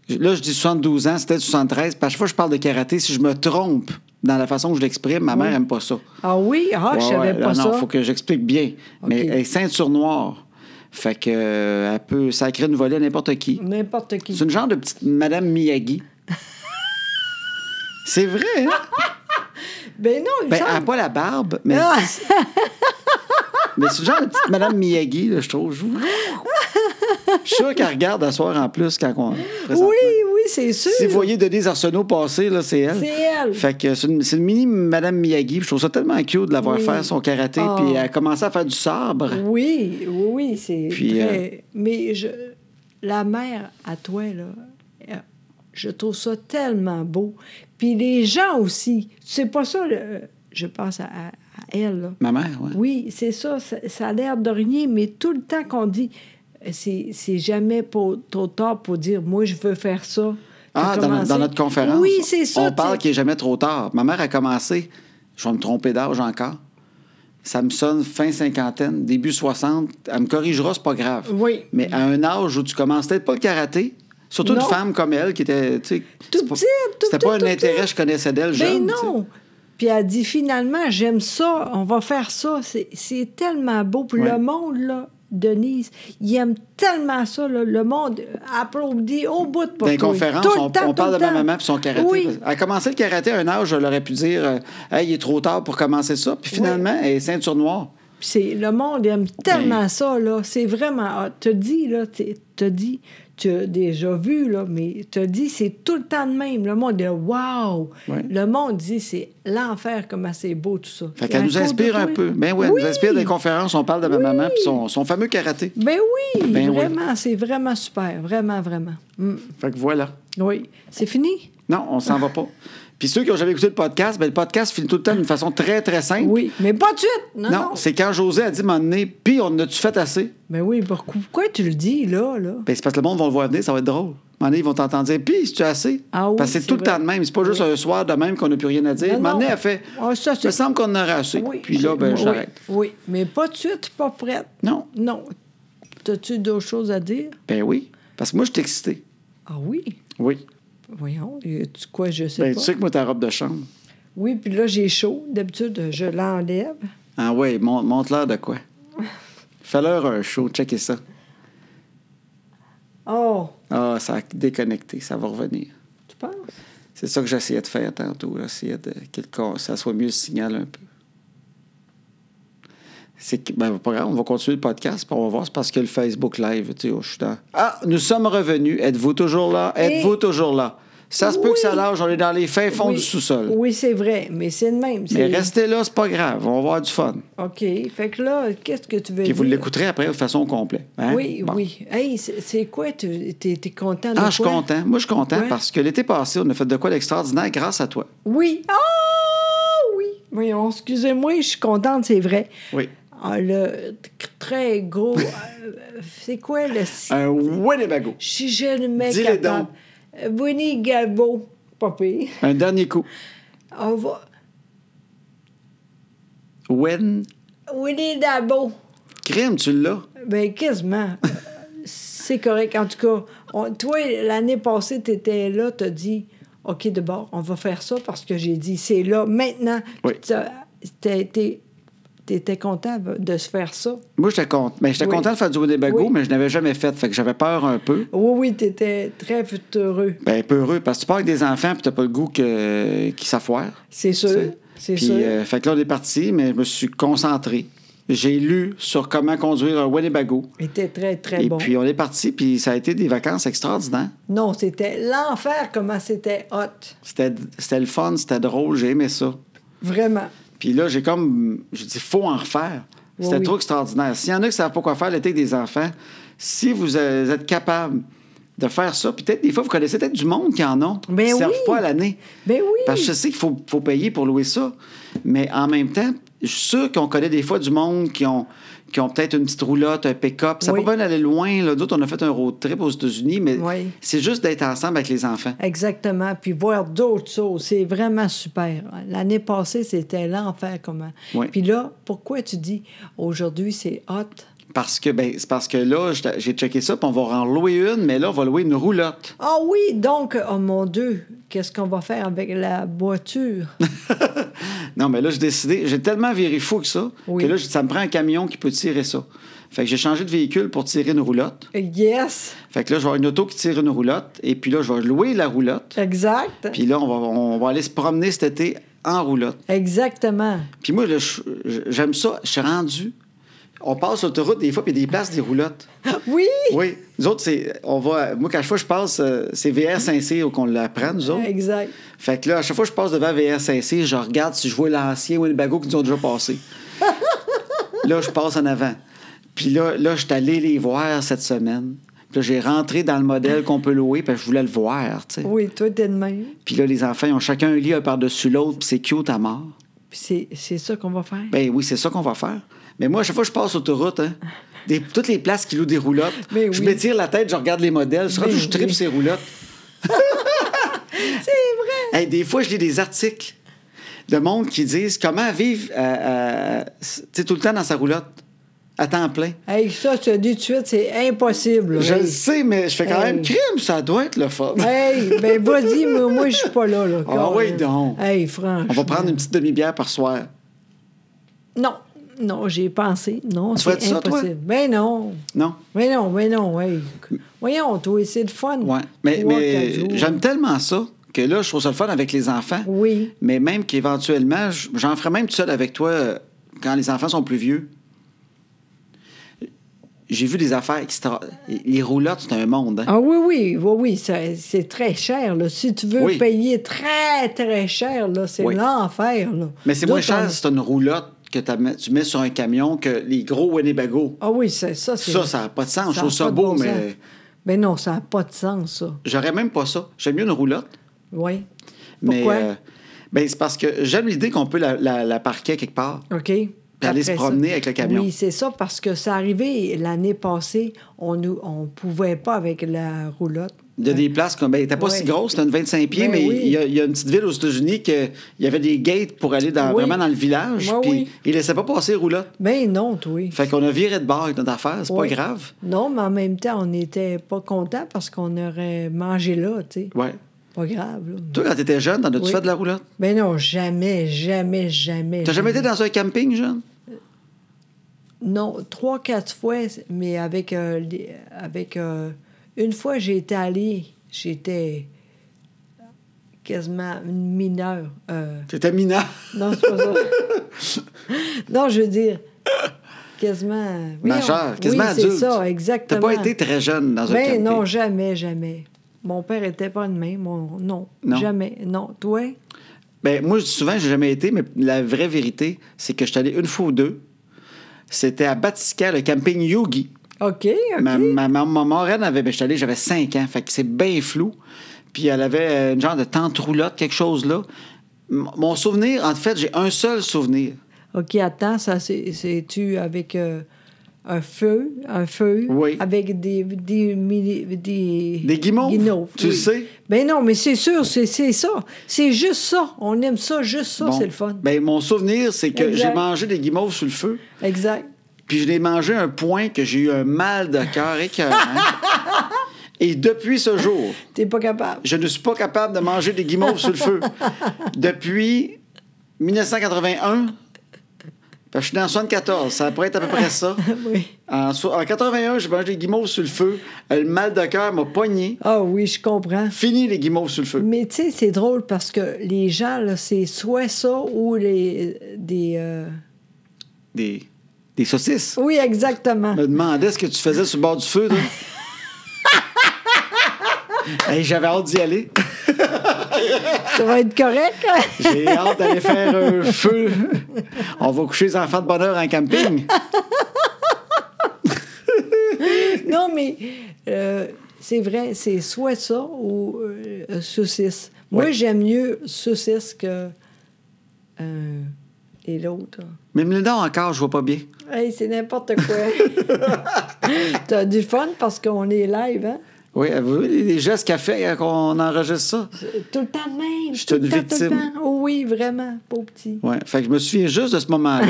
Speaker 2: Là, je dis 72 ans, c'était 73. Parce que chaque fois que je parle de karaté, si je me trompe dans la façon que je l'exprime, ma mère aime pas ça.
Speaker 1: Ah oui? Ah, je
Speaker 2: Ouais,
Speaker 1: savais
Speaker 2: ouais,
Speaker 1: pas
Speaker 2: non,
Speaker 1: ça.
Speaker 2: Non, faut que j'explique bien. Mais
Speaker 1: OK.
Speaker 2: elle est ceinture noire. Fait que euh, elle peut sacrer une volée à n'importe qui.
Speaker 1: N'importe qui.
Speaker 2: C'est une genre de petite Madame Miyagi. C'est vrai, hein?
Speaker 1: Ah, Ben non, il me
Speaker 2: Ben, elle n'a
Speaker 1: semble-
Speaker 2: pas la barbe, mais,
Speaker 1: Ah,
Speaker 2: mais c'est le genre de petite Madame Miyagi, là, je trouve. Je vous- Je suis sûr qu'elle regarde à soir en plus quand on. présentement.
Speaker 1: Oui, oui, c'est sûr.
Speaker 2: Si vous voyez Denise Arsenault passer, là, c'est elle.
Speaker 1: C'est elle.
Speaker 2: Fait que c'est une, c'est une mini Madame Miyagi. Je trouve ça tellement cute de l'avoir
Speaker 1: Oui.
Speaker 2: faire son karaté.
Speaker 1: Ah.
Speaker 2: Puis elle a commencé à faire du sabre.
Speaker 1: Oui, oui, oui, c'est
Speaker 2: Puis, euh,
Speaker 1: très- Mais je... la mère à toi, là, euh, je trouve ça tellement beau. Puis les gens aussi. C'est pas ça, le- je pense à, à- à elle, là.
Speaker 2: Ma mère, ouais.
Speaker 1: Oui, c'est ça, ça, ça a l'air de rien, mais tout le temps qu'on dit, euh, c'est c'est jamais pour, trop tard pour dire, moi, je veux faire ça.
Speaker 2: Ah,
Speaker 1: T'as
Speaker 2: dans,
Speaker 1: commencé.
Speaker 2: dans notre conférence.
Speaker 1: Oui, c'est ça.
Speaker 2: On
Speaker 1: tu-
Speaker 2: parle qu'il n'est jamais trop tard. Ma mère a commencé, je vais me tromper d'âge encore. Ça me sonne fin cinquantaine, début soixante. Elle me corrigera, c'est pas grave.
Speaker 1: Oui.
Speaker 2: Mais à un âge où tu commences peut-être pas le karaté, surtout
Speaker 1: Non.
Speaker 2: une femme comme elle qui était. tu sais,
Speaker 1: Tout
Speaker 2: c'est pas-
Speaker 1: petite, tout
Speaker 2: C'était pas
Speaker 1: petite,
Speaker 2: un
Speaker 1: tout
Speaker 2: intérêt
Speaker 1: petite.
Speaker 2: que je connaissais d'elle
Speaker 1: Mais
Speaker 2: jeune. tu sais.
Speaker 1: Ben non! Puis elle dit finalement, j'aime ça, on va faire ça. C'est- C'est tellement beau. Puis le
Speaker 2: Ouais.
Speaker 1: monde, là, Denise, il aime tellement ça. là. Le monde applaudit au bout de
Speaker 2: Dans
Speaker 1: pour
Speaker 2: les
Speaker 1: toi.
Speaker 2: conférences,
Speaker 1: Tout le
Speaker 2: on,
Speaker 1: temps, tout
Speaker 2: on parle
Speaker 1: le
Speaker 2: de ma
Speaker 1: temps.
Speaker 2: maman et son karaté.
Speaker 1: Oui.
Speaker 2: Elle a commencé le karaté à un âge, je l'aurais pu dire, euh, Hey, il est trop tard pour commencer ça. Puis finalement, elle est ceinture noire.
Speaker 1: Puis c'est- le monde aime
Speaker 2: Ben-
Speaker 1: tellement ça, là. C'est vraiment... Tu te dis, là, tu te dis, tu as déjà vu, là, mais tu te dis, c'est tout le temps de même. Le monde dit « wow!
Speaker 2: Ouais.
Speaker 1: Le monde dit, c'est l'enfer, comment c'est beau, tout ça.
Speaker 2: Fait
Speaker 1: Et à
Speaker 2: qu'elle nous
Speaker 1: cause de
Speaker 2: inspire un
Speaker 1: toi-
Speaker 2: peu. Ben oui, elle nous inspire des conférences. On parle de ma
Speaker 1: Oui.
Speaker 2: maman puis son, son fameux karaté.
Speaker 1: Ben oui,
Speaker 2: Ben oui.
Speaker 1: vraiment, c'est vraiment super. Vraiment, vraiment. Mm.
Speaker 2: Fait que voilà.
Speaker 1: Oui. C'est fini?
Speaker 2: Non, on s'en va pas. Puis ceux qui ont jamais écouté le podcast, ben le podcast finit tout le temps d'une façon très, très simple.
Speaker 1: Oui. Mais pas de suite! Non, non.
Speaker 2: Non, c'est quand José a dit, m'en donné, puis on a-tu fait assez?
Speaker 1: Ben oui, pourquoi, pourquoi tu le dis, là, là?
Speaker 2: Ben, c'est parce que le monde va le voir venir, ça va être drôle. À un moment donné, ils vont t'entendre dire, puis, si tu as assez.
Speaker 1: Ah oui,
Speaker 2: parce que c'est
Speaker 1: c'est
Speaker 2: tout le
Speaker 1: vrai.
Speaker 2: temps de même. C'est pas juste un soir de même qu'on n'a plus rien à dire.
Speaker 1: Non,
Speaker 2: À un moment donné,
Speaker 1: non.
Speaker 2: elle fait,
Speaker 1: Ah, ça,
Speaker 2: il
Speaker 1: c'est-
Speaker 2: me semble qu'on en aura assez.
Speaker 1: Oui.
Speaker 2: Puis là, ben,
Speaker 1: Oui,
Speaker 2: j'arrête.
Speaker 1: Oui, mais pas de suite, pas prête.
Speaker 2: Non.
Speaker 1: Non. T'as-tu d'autres choses à dire?
Speaker 2: Ben oui. Parce que moi, je suis excité.
Speaker 1: Ah oui?
Speaker 2: Oui.
Speaker 1: Voyons, tu quoi, je sais
Speaker 2: Ben,
Speaker 1: pas.
Speaker 2: tu sais que moi, ta robe de chambre.
Speaker 1: Oui, puis là, j'ai chaud. D'habitude, je l'enlève.
Speaker 2: Ah ouais, mon- montre-leur de quoi. Fais-leur un show, checker ça.
Speaker 1: Oh,
Speaker 2: Ah, ça a déconnecté, ça va revenir.
Speaker 1: tu penses?
Speaker 2: C'est ça que j'essayais de faire tantôt. J'essayais de que le con- ça soit mieux le signal un peu. C'est que- ben, pas grave, on va continuer le podcast, puis on va voir. C'est parce que le Facebook Live, tu sais, oh, je suis dans... Ah, nous sommes revenus. Êtes-vous toujours là?
Speaker 1: Et-
Speaker 2: Êtes-vous toujours là? Ça se peut
Speaker 1: Oui.
Speaker 2: que ça lâche, on est dans les fins fonds
Speaker 1: Oui.
Speaker 2: du sous-sol.
Speaker 1: Oui, c'est vrai, mais c'est le même.
Speaker 2: Mais
Speaker 1: c'est-
Speaker 2: restez là, c'est pas grave, on va avoir du fun.
Speaker 1: OK. Fait que là, qu'est-ce que tu veux
Speaker 2: Puis
Speaker 1: dire?
Speaker 2: vous l'écouterez après de façon au complet. hein?
Speaker 1: Oui,
Speaker 2: Bon.
Speaker 1: oui. Hey, c'est c'est quoi? Tu t'es t'es content de
Speaker 2: Ah, je suis
Speaker 1: quoi?
Speaker 2: content. Moi, je suis content
Speaker 1: Ouais.
Speaker 2: parce que l'été passé, on a fait de quoi d'extraordinaire grâce à toi.
Speaker 1: Oui. Oh, oui. Voyons, excusez-moi, je suis contente, c'est vrai.
Speaker 2: Oui.
Speaker 1: Ah, le t- très gros... euh, c'est quoi le... si-
Speaker 2: Un Winnebago.
Speaker 1: Si je le mets
Speaker 2: Dis-les
Speaker 1: capable... Euh, Winnie Galbo, pas pire.
Speaker 2: Un dernier coup.
Speaker 1: On va...
Speaker 2: When.
Speaker 1: Winnie Dabo.
Speaker 2: Crime, tu l'as.
Speaker 1: Ben, quasiment. c'est correct. En tout cas, on- toi, l'année passée, tu étais là, tu as dit, OK, d'abord, on va faire ça parce que j'ai dit, c'est là, maintenant.
Speaker 2: Oui.
Speaker 1: Tu étais content de se faire ça.
Speaker 2: Moi, j'étais content. Mais j'étais
Speaker 1: Oui.
Speaker 2: content de faire du Winnebago,
Speaker 1: Oui.
Speaker 2: mais je n'avais jamais fait. Fait que j'avais peur un peu.
Speaker 1: Oui, oui, tu étais très heureux.
Speaker 2: Ben, un peu heureux. Parce que tu pars avec des enfants, puis t'as pas le goût que... qu'ils s'affoirent.
Speaker 1: C'est
Speaker 2: tu
Speaker 1: sûr.
Speaker 2: sais.
Speaker 1: C'est
Speaker 2: Puis,
Speaker 1: sûr.
Speaker 2: euh, fait que là, on est parti, mais je me suis concentré. J'ai lu sur comment conduire un Winnebago.
Speaker 1: Était très, très
Speaker 2: Et
Speaker 1: bon.
Speaker 2: puis, on est parti, puis ça a été des vacances extraordinaires.
Speaker 1: Non, c'était l'enfer, comment c'était hot.
Speaker 2: C'était c'était le fun, c'était drôle, j'ai aimé ça.
Speaker 1: Vraiment.
Speaker 2: Puis là, j'ai comme. J'ai dit, faut en refaire.
Speaker 1: Oui,
Speaker 2: C'était
Speaker 1: oui.
Speaker 2: trop extraordinaire. S'il y en a qui savent pas quoi faire l'été avec des enfants, si vous euh, êtes capable de faire ça, puis peut-être des fois, vous connaissez peut-être du monde qui en ont,
Speaker 1: Ben
Speaker 2: qui ne servent
Speaker 1: oui.
Speaker 2: pas à l'année.
Speaker 1: Ben oui.
Speaker 2: Parce que je sais qu'il faut, faut payer pour louer ça. Mais en même temps, je suis sûr qu'on connaît des fois du monde qui ont, qui ont peut-être une petite roulotte, un pick-up. Ça
Speaker 1: Oui.
Speaker 2: peut pas bien aller loin. là. D'autres, on a fait un road trip aux États-Unis, mais
Speaker 1: Oui.
Speaker 2: c'est juste d'être ensemble avec les enfants.
Speaker 1: Exactement. Puis voir d'autres choses. C'est vraiment super. L'année passée, c'était l'enfer comment.
Speaker 2: Oui.
Speaker 1: Puis là, pourquoi tu dis aujourd'hui c'est hot?
Speaker 2: Parce que, ben, c'est parce que là, j'étais- j'ai checké ça, puis on va en louer une, mais là, on va louer une roulotte.
Speaker 1: Ah oui, donc, oh mon Dieu, qu'est-ce qu'on va faire avec la voiture?
Speaker 2: Non, mais là, j'ai décidé, j'ai tellement viré fou que ça,
Speaker 1: Oui.
Speaker 2: que là, j'ai dit, ça me prend un camion qui peut tirer ça. Fait que j'ai changé de véhicule pour tirer une roulotte.
Speaker 1: yes,
Speaker 2: Fait que là, je vais avoir une auto qui tire une roulotte, et puis là, je vais louer la roulotte.
Speaker 1: exact.
Speaker 2: Puis là, on va, on va aller se promener cet été en roulotte.
Speaker 1: Exactement.
Speaker 2: Puis moi, là, je- j'aime ça, je suis rendu. on passe l'autoroute des fois, puis il y a des places, des roulottes.
Speaker 1: Oui!
Speaker 2: Oui. Nous autres, c'est. On va. Moi, chaque fois que je passe, euh, c'est VR Saint-Cyr qu'on l'apprend, nous autres.
Speaker 1: Exact.
Speaker 2: Fait que là, à chaque fois que je passe devant VR Saint-Cyr, je regarde si je vois l'ancien ou le bagot qui nous ont déjà passé. là, je passe en avant. Puis là, là, je suis allé les voir cette semaine. Puis là, j'ai rentré dans le modèle qu'on peut louer, parce que je voulais le voir, tu sais.
Speaker 1: Oui, toi, t'es de même.
Speaker 2: Puis là, les enfants, ils ont chacun un lit un par-dessus l'autre, puis c'est cute à mort.
Speaker 1: Puis c'est, c'est ça qu'on va faire.
Speaker 2: Ben oui, c'est ça qu'on va faire. Mais moi, à chaque fois que je passe autoroute, hein, des- toutes les places qui louent des roulottes,
Speaker 1: Mais
Speaker 2: je
Speaker 1: oui.
Speaker 2: m'étire la tête, je regarde les modèles, je,
Speaker 1: Mais
Speaker 2: je tripe
Speaker 1: oui.
Speaker 2: ces roulottes.
Speaker 1: c'est vrai!
Speaker 2: Hey, des fois, je lis des articles de monde qui disent comment vivre euh, euh, tu sais, tout le temps dans sa roulotte, à temps plein.
Speaker 1: Hey, ça, je te dis tout de suite, c'est impossible.
Speaker 2: Je le
Speaker 1: Hey.
Speaker 2: sais, mais je fais quand
Speaker 1: Hey.
Speaker 2: même crime, ça doit être le fun.
Speaker 1: Hey, ben vas-y, moi, moi je suis pas là. là
Speaker 2: Ah oui,
Speaker 1: Colin.
Speaker 2: donc.
Speaker 1: Hey, franchement.
Speaker 2: On va prendre une petite demi-bière par soir.
Speaker 1: Non, non, j'ai pensé. Non,
Speaker 2: Tu
Speaker 1: c'est
Speaker 2: ferais-tu ça, toi?
Speaker 1: impossible. Ben non.
Speaker 2: Non?
Speaker 1: Mais non, mais non, hey. Voyons, toi, c'est le fun.
Speaker 2: Ouais. Mais,
Speaker 1: Trois,
Speaker 2: mais
Speaker 1: quatre jours.
Speaker 2: j'aime tellement ça que là, je trouve ça le fun avec les enfants.
Speaker 1: Oui.
Speaker 2: Mais même qu'éventuellement, j- j'en ferai même tout seul avec toi euh, quand les enfants sont plus vieux. J'ai vu des affaires extra. Les roulottes, c'est un monde. hein.
Speaker 1: Ah oui, oui, oui, oui, ça- c'est très cher. Là. Si tu veux
Speaker 2: Oui.
Speaker 1: payer très, très cher, là, c'est
Speaker 2: Oui.
Speaker 1: l'enfer. Là.
Speaker 2: Mais c'est
Speaker 1: Nous
Speaker 2: moins
Speaker 1: autres,
Speaker 2: cher
Speaker 1: on-
Speaker 2: si c'est une roulotte que t'as- tu mets sur un camion que les gros Winnebago.
Speaker 1: Ah oui, c'est ça. c'est-
Speaker 2: Ça, ça n'a pas de sens.
Speaker 1: ça
Speaker 2: je
Speaker 1: a
Speaker 2: trouve ça
Speaker 1: pas de
Speaker 2: beau,
Speaker 1: bon sens.
Speaker 2: mais
Speaker 1: Ben non, ça n'a pas de sens, ça.
Speaker 2: j'aurais même pas ça. J'aime mieux une roulotte.
Speaker 1: Oui.
Speaker 2: Mais
Speaker 1: Pourquoi?
Speaker 2: euh, ben, c'est parce que j'aime l'idée qu'on peut la, la- la parquer quelque part.
Speaker 1: OK.
Speaker 2: aller se
Speaker 1: Après ça-
Speaker 2: promener avec le camion.
Speaker 1: Oui, c'est ça, parce que ça arrivait l'année passée, on ne on pouvait pas avec la roulotte.
Speaker 2: Il y a des places comme. Ben, elle était pas
Speaker 1: Ouais.
Speaker 2: si grosse, c'était une 25 pieds,
Speaker 1: Ben
Speaker 2: mais
Speaker 1: oui.
Speaker 2: il, y a, il y a une petite ville aux États-Unis que il y avait des gates pour aller dans,
Speaker 1: Oui.
Speaker 2: vraiment dans le village.
Speaker 1: Ouais,
Speaker 2: puis
Speaker 1: oui.
Speaker 2: ils laissaient pas passer les roulottes.
Speaker 1: Ben non, toi.
Speaker 2: Fait qu'on a viré de bord avec notre affaire, c'est
Speaker 1: Oui.
Speaker 2: pas grave.
Speaker 1: Non, mais en même temps, on n'était pas content parce qu'on aurait mangé là, tu sais.
Speaker 2: Ouais.
Speaker 1: Pas grave, là.
Speaker 2: Toi, quand t'étais jeune, t'en as-tu
Speaker 1: Oui.
Speaker 2: fait de la roulotte?
Speaker 1: Ben non, jamais, jamais, jamais.
Speaker 2: T'as jamais été dans un camping, jeune?
Speaker 1: Non, trois, quatre fois, mais avec... euh, les- avec euh, une fois, j'ai été allée, j'étais quasiment une mineure. euh,
Speaker 2: T'étais mineur.
Speaker 1: Non, c'est pas ça. non, je veux dire, quasiment. oui,
Speaker 2: Majeur,
Speaker 1: on-
Speaker 2: quasiment
Speaker 1: oui,
Speaker 2: adulte.
Speaker 1: C'est ça,
Speaker 2: T'as
Speaker 1: exactement.
Speaker 2: pas été très jeune dans un
Speaker 1: Ben
Speaker 2: camping.
Speaker 1: non, jamais, jamais. Mon père était pas de main. Mon... Non,
Speaker 2: Non.
Speaker 1: jamais. Non, toi?
Speaker 2: Ben, moi, je dis souvent, j'ai jamais été, mais la vraie vérité, c'est que je suis allé une fois ou deux. C'était à Batiscan, le camping Yogi.
Speaker 1: OK, OK.
Speaker 2: Ma, ma, ma, ma marraine avait, ben, je suis allé, j'avais 5 ans, fait que c'est bien flou. Puis elle avait euh, une genre de tente roulotte, quelque chose là. M- Mon souvenir, en fait, j'ai un seul souvenir.
Speaker 1: OK, attends, ça, c'est- c'est-tu avec euh, un feu? Un feu?
Speaker 2: Oui.
Speaker 1: Avec des... Des, mini- des,
Speaker 2: Des guimauves, tu le sais.
Speaker 1: Ben non, mais c'est sûr, c'est c'est ça. C'est juste ça. On aime ça, juste ça,
Speaker 2: Bon.
Speaker 1: c'est le fun.
Speaker 2: Ben, mon souvenir, c'est que
Speaker 1: Exact.
Speaker 2: j'ai mangé des guimauves sous le feu,
Speaker 1: Exact.
Speaker 2: puis je l'ai mangé un point que j'ai eu un mal de cœur écœurant. Et depuis ce jour,
Speaker 1: T'es pas capable.
Speaker 2: je ne suis pas capable de manger des guimauves sous le feu. Depuis 1981, parce que ben, je suis né en 74, ça pourrait être à peu près ça.
Speaker 1: oui.
Speaker 2: En, so- en 81, j'ai mangé des guimauves sur le feu. Euh, Le mal de cœur m'a pogné.
Speaker 1: Ah oui, je comprends.
Speaker 2: Fini les guimauves sur le feu.
Speaker 1: Mais tu sais, c'est drôle parce que les gens, là, c'est soit ça ou les, des... euh,
Speaker 2: Des, des saucisses.
Speaker 1: Oui, exactement.
Speaker 2: Je me demandais ce que tu faisais sur le bord du feu. toi. Hey, J'avais hâte d'y aller.
Speaker 1: Ça va être correct. hein?
Speaker 2: J'ai hâte d'aller faire un feu. On va coucher les enfants de bonheur en camping.
Speaker 1: non, mais euh, c'est vrai, c'est soit ça ou euh, euh, saucisse. Moi,
Speaker 2: Oui.
Speaker 1: j'aime mieux saucisse que... euh, et l'autre. là.
Speaker 2: Même le dents encore, je vois pas bien.
Speaker 1: Hey, c'est n'importe quoi. T'as du fun parce qu'on est live, hein?
Speaker 2: Oui, vous voyez les gestes qu'elle fait quand on enregistre ça?
Speaker 1: Tout le temps de même. Je
Speaker 2: suis
Speaker 1: tout le
Speaker 2: une
Speaker 1: temps, tout le
Speaker 2: victime.
Speaker 1: temps. Oh oui, vraiment, pauvre petit.
Speaker 2: Ouais. Fait que je me souviens juste de ce moment-là.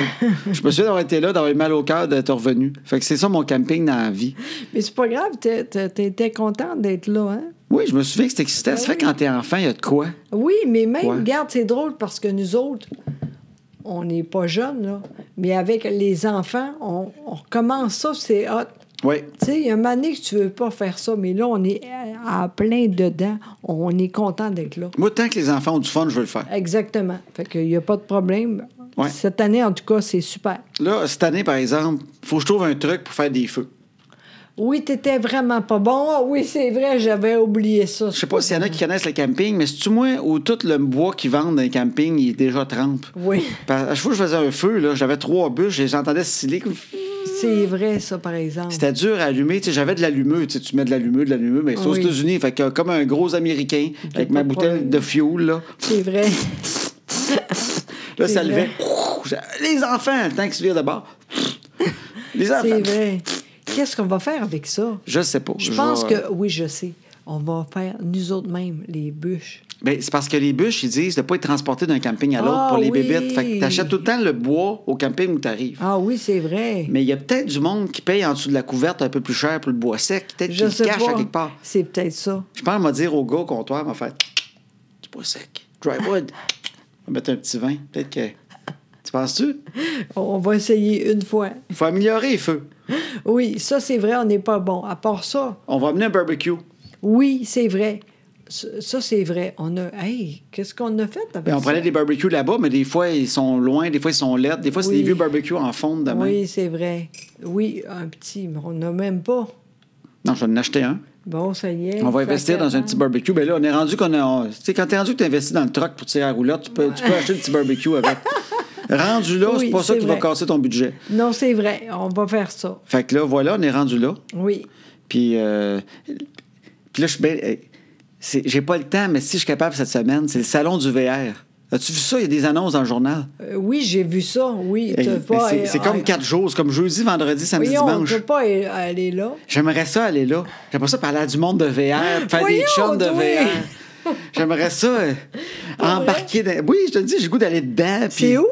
Speaker 2: je me souviens d'avoir été là, d'avoir eu mal au cœur, d'être revenu. Fait que c'est ça mon camping dans la vie.
Speaker 1: Mais c'est pas grave, t'es- t'es- t'étais contente d'être là, hein?
Speaker 2: Oui, je me souviens que c'était excitant. Ça fait que quand t'es enfant, il y a de quoi?
Speaker 1: Oui, mais même,
Speaker 2: Ouais.
Speaker 1: regarde, c'est drôle parce que nous autres, on n'est pas jeunes, là, mais avec les enfants, on, on recommence ça, c'est hot.
Speaker 2: Oui.
Speaker 1: Tu sais, il y a une année que tu veux pas faire ça, mais là, on est à, à plein dedans. On est content d'être là.
Speaker 2: Moi, tant que les enfants ont du fun, je veux le faire.
Speaker 1: Exactement. Fait qu'il n'y a pas de problème.
Speaker 2: Ouais.
Speaker 1: Cette année, en tout cas, c'est super.
Speaker 2: Là, cette année, par exemple, faut que je trouve un truc pour faire des feux.
Speaker 1: Oui, t'étais vraiment pas bon. Ah oui, c'est vrai, j'avais oublié ça.
Speaker 2: Je sais pas s'il y en a qui connaissent le camping, mais c'est-tu moi où tout le bois qu'ils vendent dans les campings, il est déjà trempe?
Speaker 1: Oui,
Speaker 2: Parce- À chaque fois que je faisais un feu, là, j'avais trois bûches et j'entendais sciller. comme-
Speaker 1: c'est vrai, ça, par exemple.
Speaker 2: C'était dur à allumer. Tu sais, j'avais de l'allumeux. Tu sais, tu mets de l'allumeux, de l'allumeux, mais c'est aux
Speaker 1: Oui.
Speaker 2: États-Unis. Fait que, comme un gros Américain, avec
Speaker 1: pas
Speaker 2: ma
Speaker 1: de
Speaker 2: bouteille
Speaker 1: problème.
Speaker 2: de fuel, là,
Speaker 1: C'est vrai.
Speaker 2: là
Speaker 1: C'est
Speaker 2: ça
Speaker 1: vrai.
Speaker 2: levait. Les enfants, le temps qu'ils se virent de bord. Les enfants.
Speaker 1: C'est vrai. Qu'est-ce qu'on va faire avec ça?
Speaker 2: Je sais pas.
Speaker 1: Je pense
Speaker 2: vais-
Speaker 1: que, oui, je sais. On va faire nous autres mêmes les bûches.
Speaker 2: Ben, c'est parce que les bûches, ils disent de ne pas être transporté d'un camping à l'autre
Speaker 1: Ah
Speaker 2: pour les
Speaker 1: oui.
Speaker 2: bébêtes. Fait que t'achètes tout le temps le bois au camping où t'arrives.
Speaker 1: Ah oui, c'est vrai.
Speaker 2: Mais il y a peut-être du monde qui paye en dessous de la couverte un peu plus cher pour le bois sec. Peut-être
Speaker 1: je
Speaker 2: qu'il
Speaker 1: sais
Speaker 2: cache à
Speaker 1: pas.
Speaker 2: quelque part.
Speaker 1: C'est peut-être ça.
Speaker 2: Je pense m'a dire au gars au comptoir, m'a fait du bois sec. Drywood. On va mettre un petit vin. Peut-être que. Tu penses-tu?
Speaker 1: On va essayer une fois.
Speaker 2: Il faut améliorer les feux.
Speaker 1: Oui, ça, c'est vrai, on n'est pas bon. À part ça,
Speaker 2: On va amener un barbecue.
Speaker 1: oui, c'est vrai. Ça, ça, c'est vrai. On a. Hey, qu'est-ce qu'on a fait avec
Speaker 2: Ben, on
Speaker 1: ça?
Speaker 2: prenait des barbecues là-bas, mais des fois, ils sont loin, des fois, ils sont laides, des fois, c'est
Speaker 1: Oui.
Speaker 2: des hein? vieux barbecues en fonte demain.
Speaker 1: Oui, c'est vrai. Oui, un petit, mais on n'a même pas.
Speaker 2: Non, je vais en acheter un.
Speaker 1: Bon, ça y est.
Speaker 2: On va
Speaker 1: ça
Speaker 2: investir
Speaker 1: fait
Speaker 2: dans un
Speaker 1: mal.
Speaker 2: petit barbecue. Ben là, on est rendu qu'on a. on- Tu sais, quand t'es rendu que t'investis dans le truck pour tirer à la roulotte, tu peux, tu peux acheter un petit barbecue avec. rendu là, c'est
Speaker 1: Oui,
Speaker 2: pas ça
Speaker 1: c'est
Speaker 2: qui va
Speaker 1: vrai.
Speaker 2: casser ton budget.
Speaker 1: Non, c'est vrai. On va faire ça.
Speaker 2: Fait que là, voilà, on est rendu là.
Speaker 1: Oui.
Speaker 2: Puis, euh, puis là, je suis bien. euh, c'est- J'ai pas le temps, mais si je suis capable cette semaine, c'est le salon du VR. As-tu vu ça? Il y a des annonces dans le journal.
Speaker 1: Euh, oui, j'ai vu ça. Oui.
Speaker 2: Hey,
Speaker 1: t'as
Speaker 2: mais
Speaker 1: pas-
Speaker 2: c'est c'est
Speaker 1: euh,
Speaker 2: comme
Speaker 1: euh,
Speaker 2: quatre jours. C'est comme jeudi, vendredi, samedi,
Speaker 1: Voyons, on ne
Speaker 2: dimanche.
Speaker 1: peut pas euh, aller là.
Speaker 2: J'aimerais ça aller là. J'aimerais ça parler à du monde de VR, faire des
Speaker 1: Voyons,
Speaker 2: chums de
Speaker 1: toi!
Speaker 2: VR. J'aimerais ça euh, embarquer dans... Oui, je te le dis, j'ai le goût d'aller dedans. puis
Speaker 1: C'est où?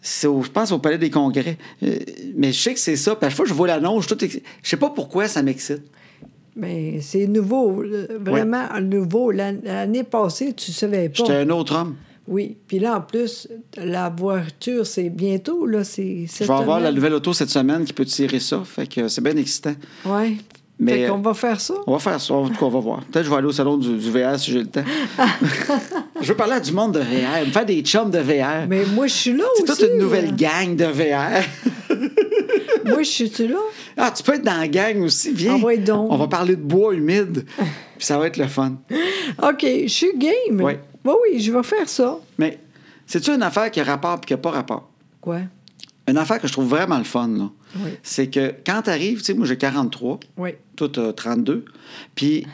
Speaker 2: c'est au- je pense au Palais des Congrès. Euh, mais je sais que c'est ça. Puis à chaque fois que je vois l'annonce, je suis tout exc- je sais pas pourquoi ça m'excite.
Speaker 1: Mais c'est nouveau. là, Vraiment nouveau. L'an- L'année passée, tu ne savais
Speaker 2: J'étais
Speaker 1: pas.
Speaker 2: un autre homme.
Speaker 1: Oui. Puis là, en plus, la voiture, c'est bientôt, là. C'est
Speaker 2: Je vais avoir la nouvelle auto cette semaine qui peut tirer ça. Fait que euh, c'est bien excitant.
Speaker 1: Oui.
Speaker 2: Mais,
Speaker 1: Fait
Speaker 2: euh,
Speaker 1: qu'on va faire ça.
Speaker 2: On va faire ça. En tout cas, on va voir. Peut-être que je vais aller au salon du, du VR si j'ai le temps. je veux parler à du monde de VR, me faire des chums de VR.
Speaker 1: Mais moi, je suis là
Speaker 2: C'est
Speaker 1: aussi. euh.
Speaker 2: toute une nouvelle
Speaker 1: là.
Speaker 2: gang de VR.
Speaker 1: Moi, je suis là.
Speaker 2: Ah, tu peux être dans la gang aussi, viens.
Speaker 1: Ah ouais, donc.
Speaker 2: On va parler de bois humide, puis ça va être le fun.
Speaker 1: OK, je suis game.
Speaker 2: Oui.
Speaker 1: Oui, oui, je vais faire ça.
Speaker 2: Mais c'est-tu une affaire qui a rapport puis qui n'a pas rapport?
Speaker 1: Quoi?
Speaker 2: Une affaire que je trouve vraiment le fun, là.
Speaker 1: Oui.
Speaker 2: C'est que quand t'arrives, tu sais, moi j'ai 43,
Speaker 1: Oui.
Speaker 2: toi t'as 32, puis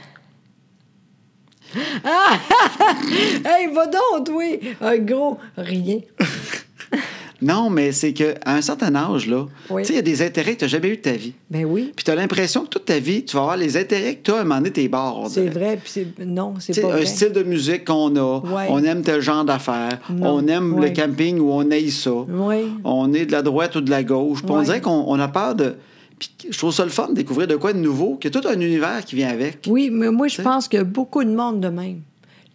Speaker 1: Ah! Hey, va donc, oui. Un gros rien.
Speaker 2: non, mais c'est qu'à un certain âge, là,
Speaker 1: Oui.
Speaker 2: tu sais, il y a des intérêts que t'as jamais eu de ta vie.
Speaker 1: Ben oui,
Speaker 2: Puis t'as l'impression que toute ta vie, tu vas avoir les intérêts que t'as à un moment donné, tes bars. on
Speaker 1: c'est
Speaker 2: dirait.
Speaker 1: vrai. Puis c'est- non, c'est
Speaker 2: Tu sais,
Speaker 1: pas
Speaker 2: un
Speaker 1: vrai.
Speaker 2: style de musique qu'on a,
Speaker 1: Ouais.
Speaker 2: on aime tel genre d'affaires,
Speaker 1: Non,
Speaker 2: on aime
Speaker 1: ouais.
Speaker 2: le camping où on aille ça,
Speaker 1: Ouais.
Speaker 2: on est de la droite ou de la gauche. Puis on
Speaker 1: Ouais.
Speaker 2: dirait qu'on on a peur de. Puis je trouve ça le fun de découvrir de quoi de nouveau, qu'il y a tout un univers qui vient avec.
Speaker 1: Oui, mais moi, je pense que beaucoup de monde de même.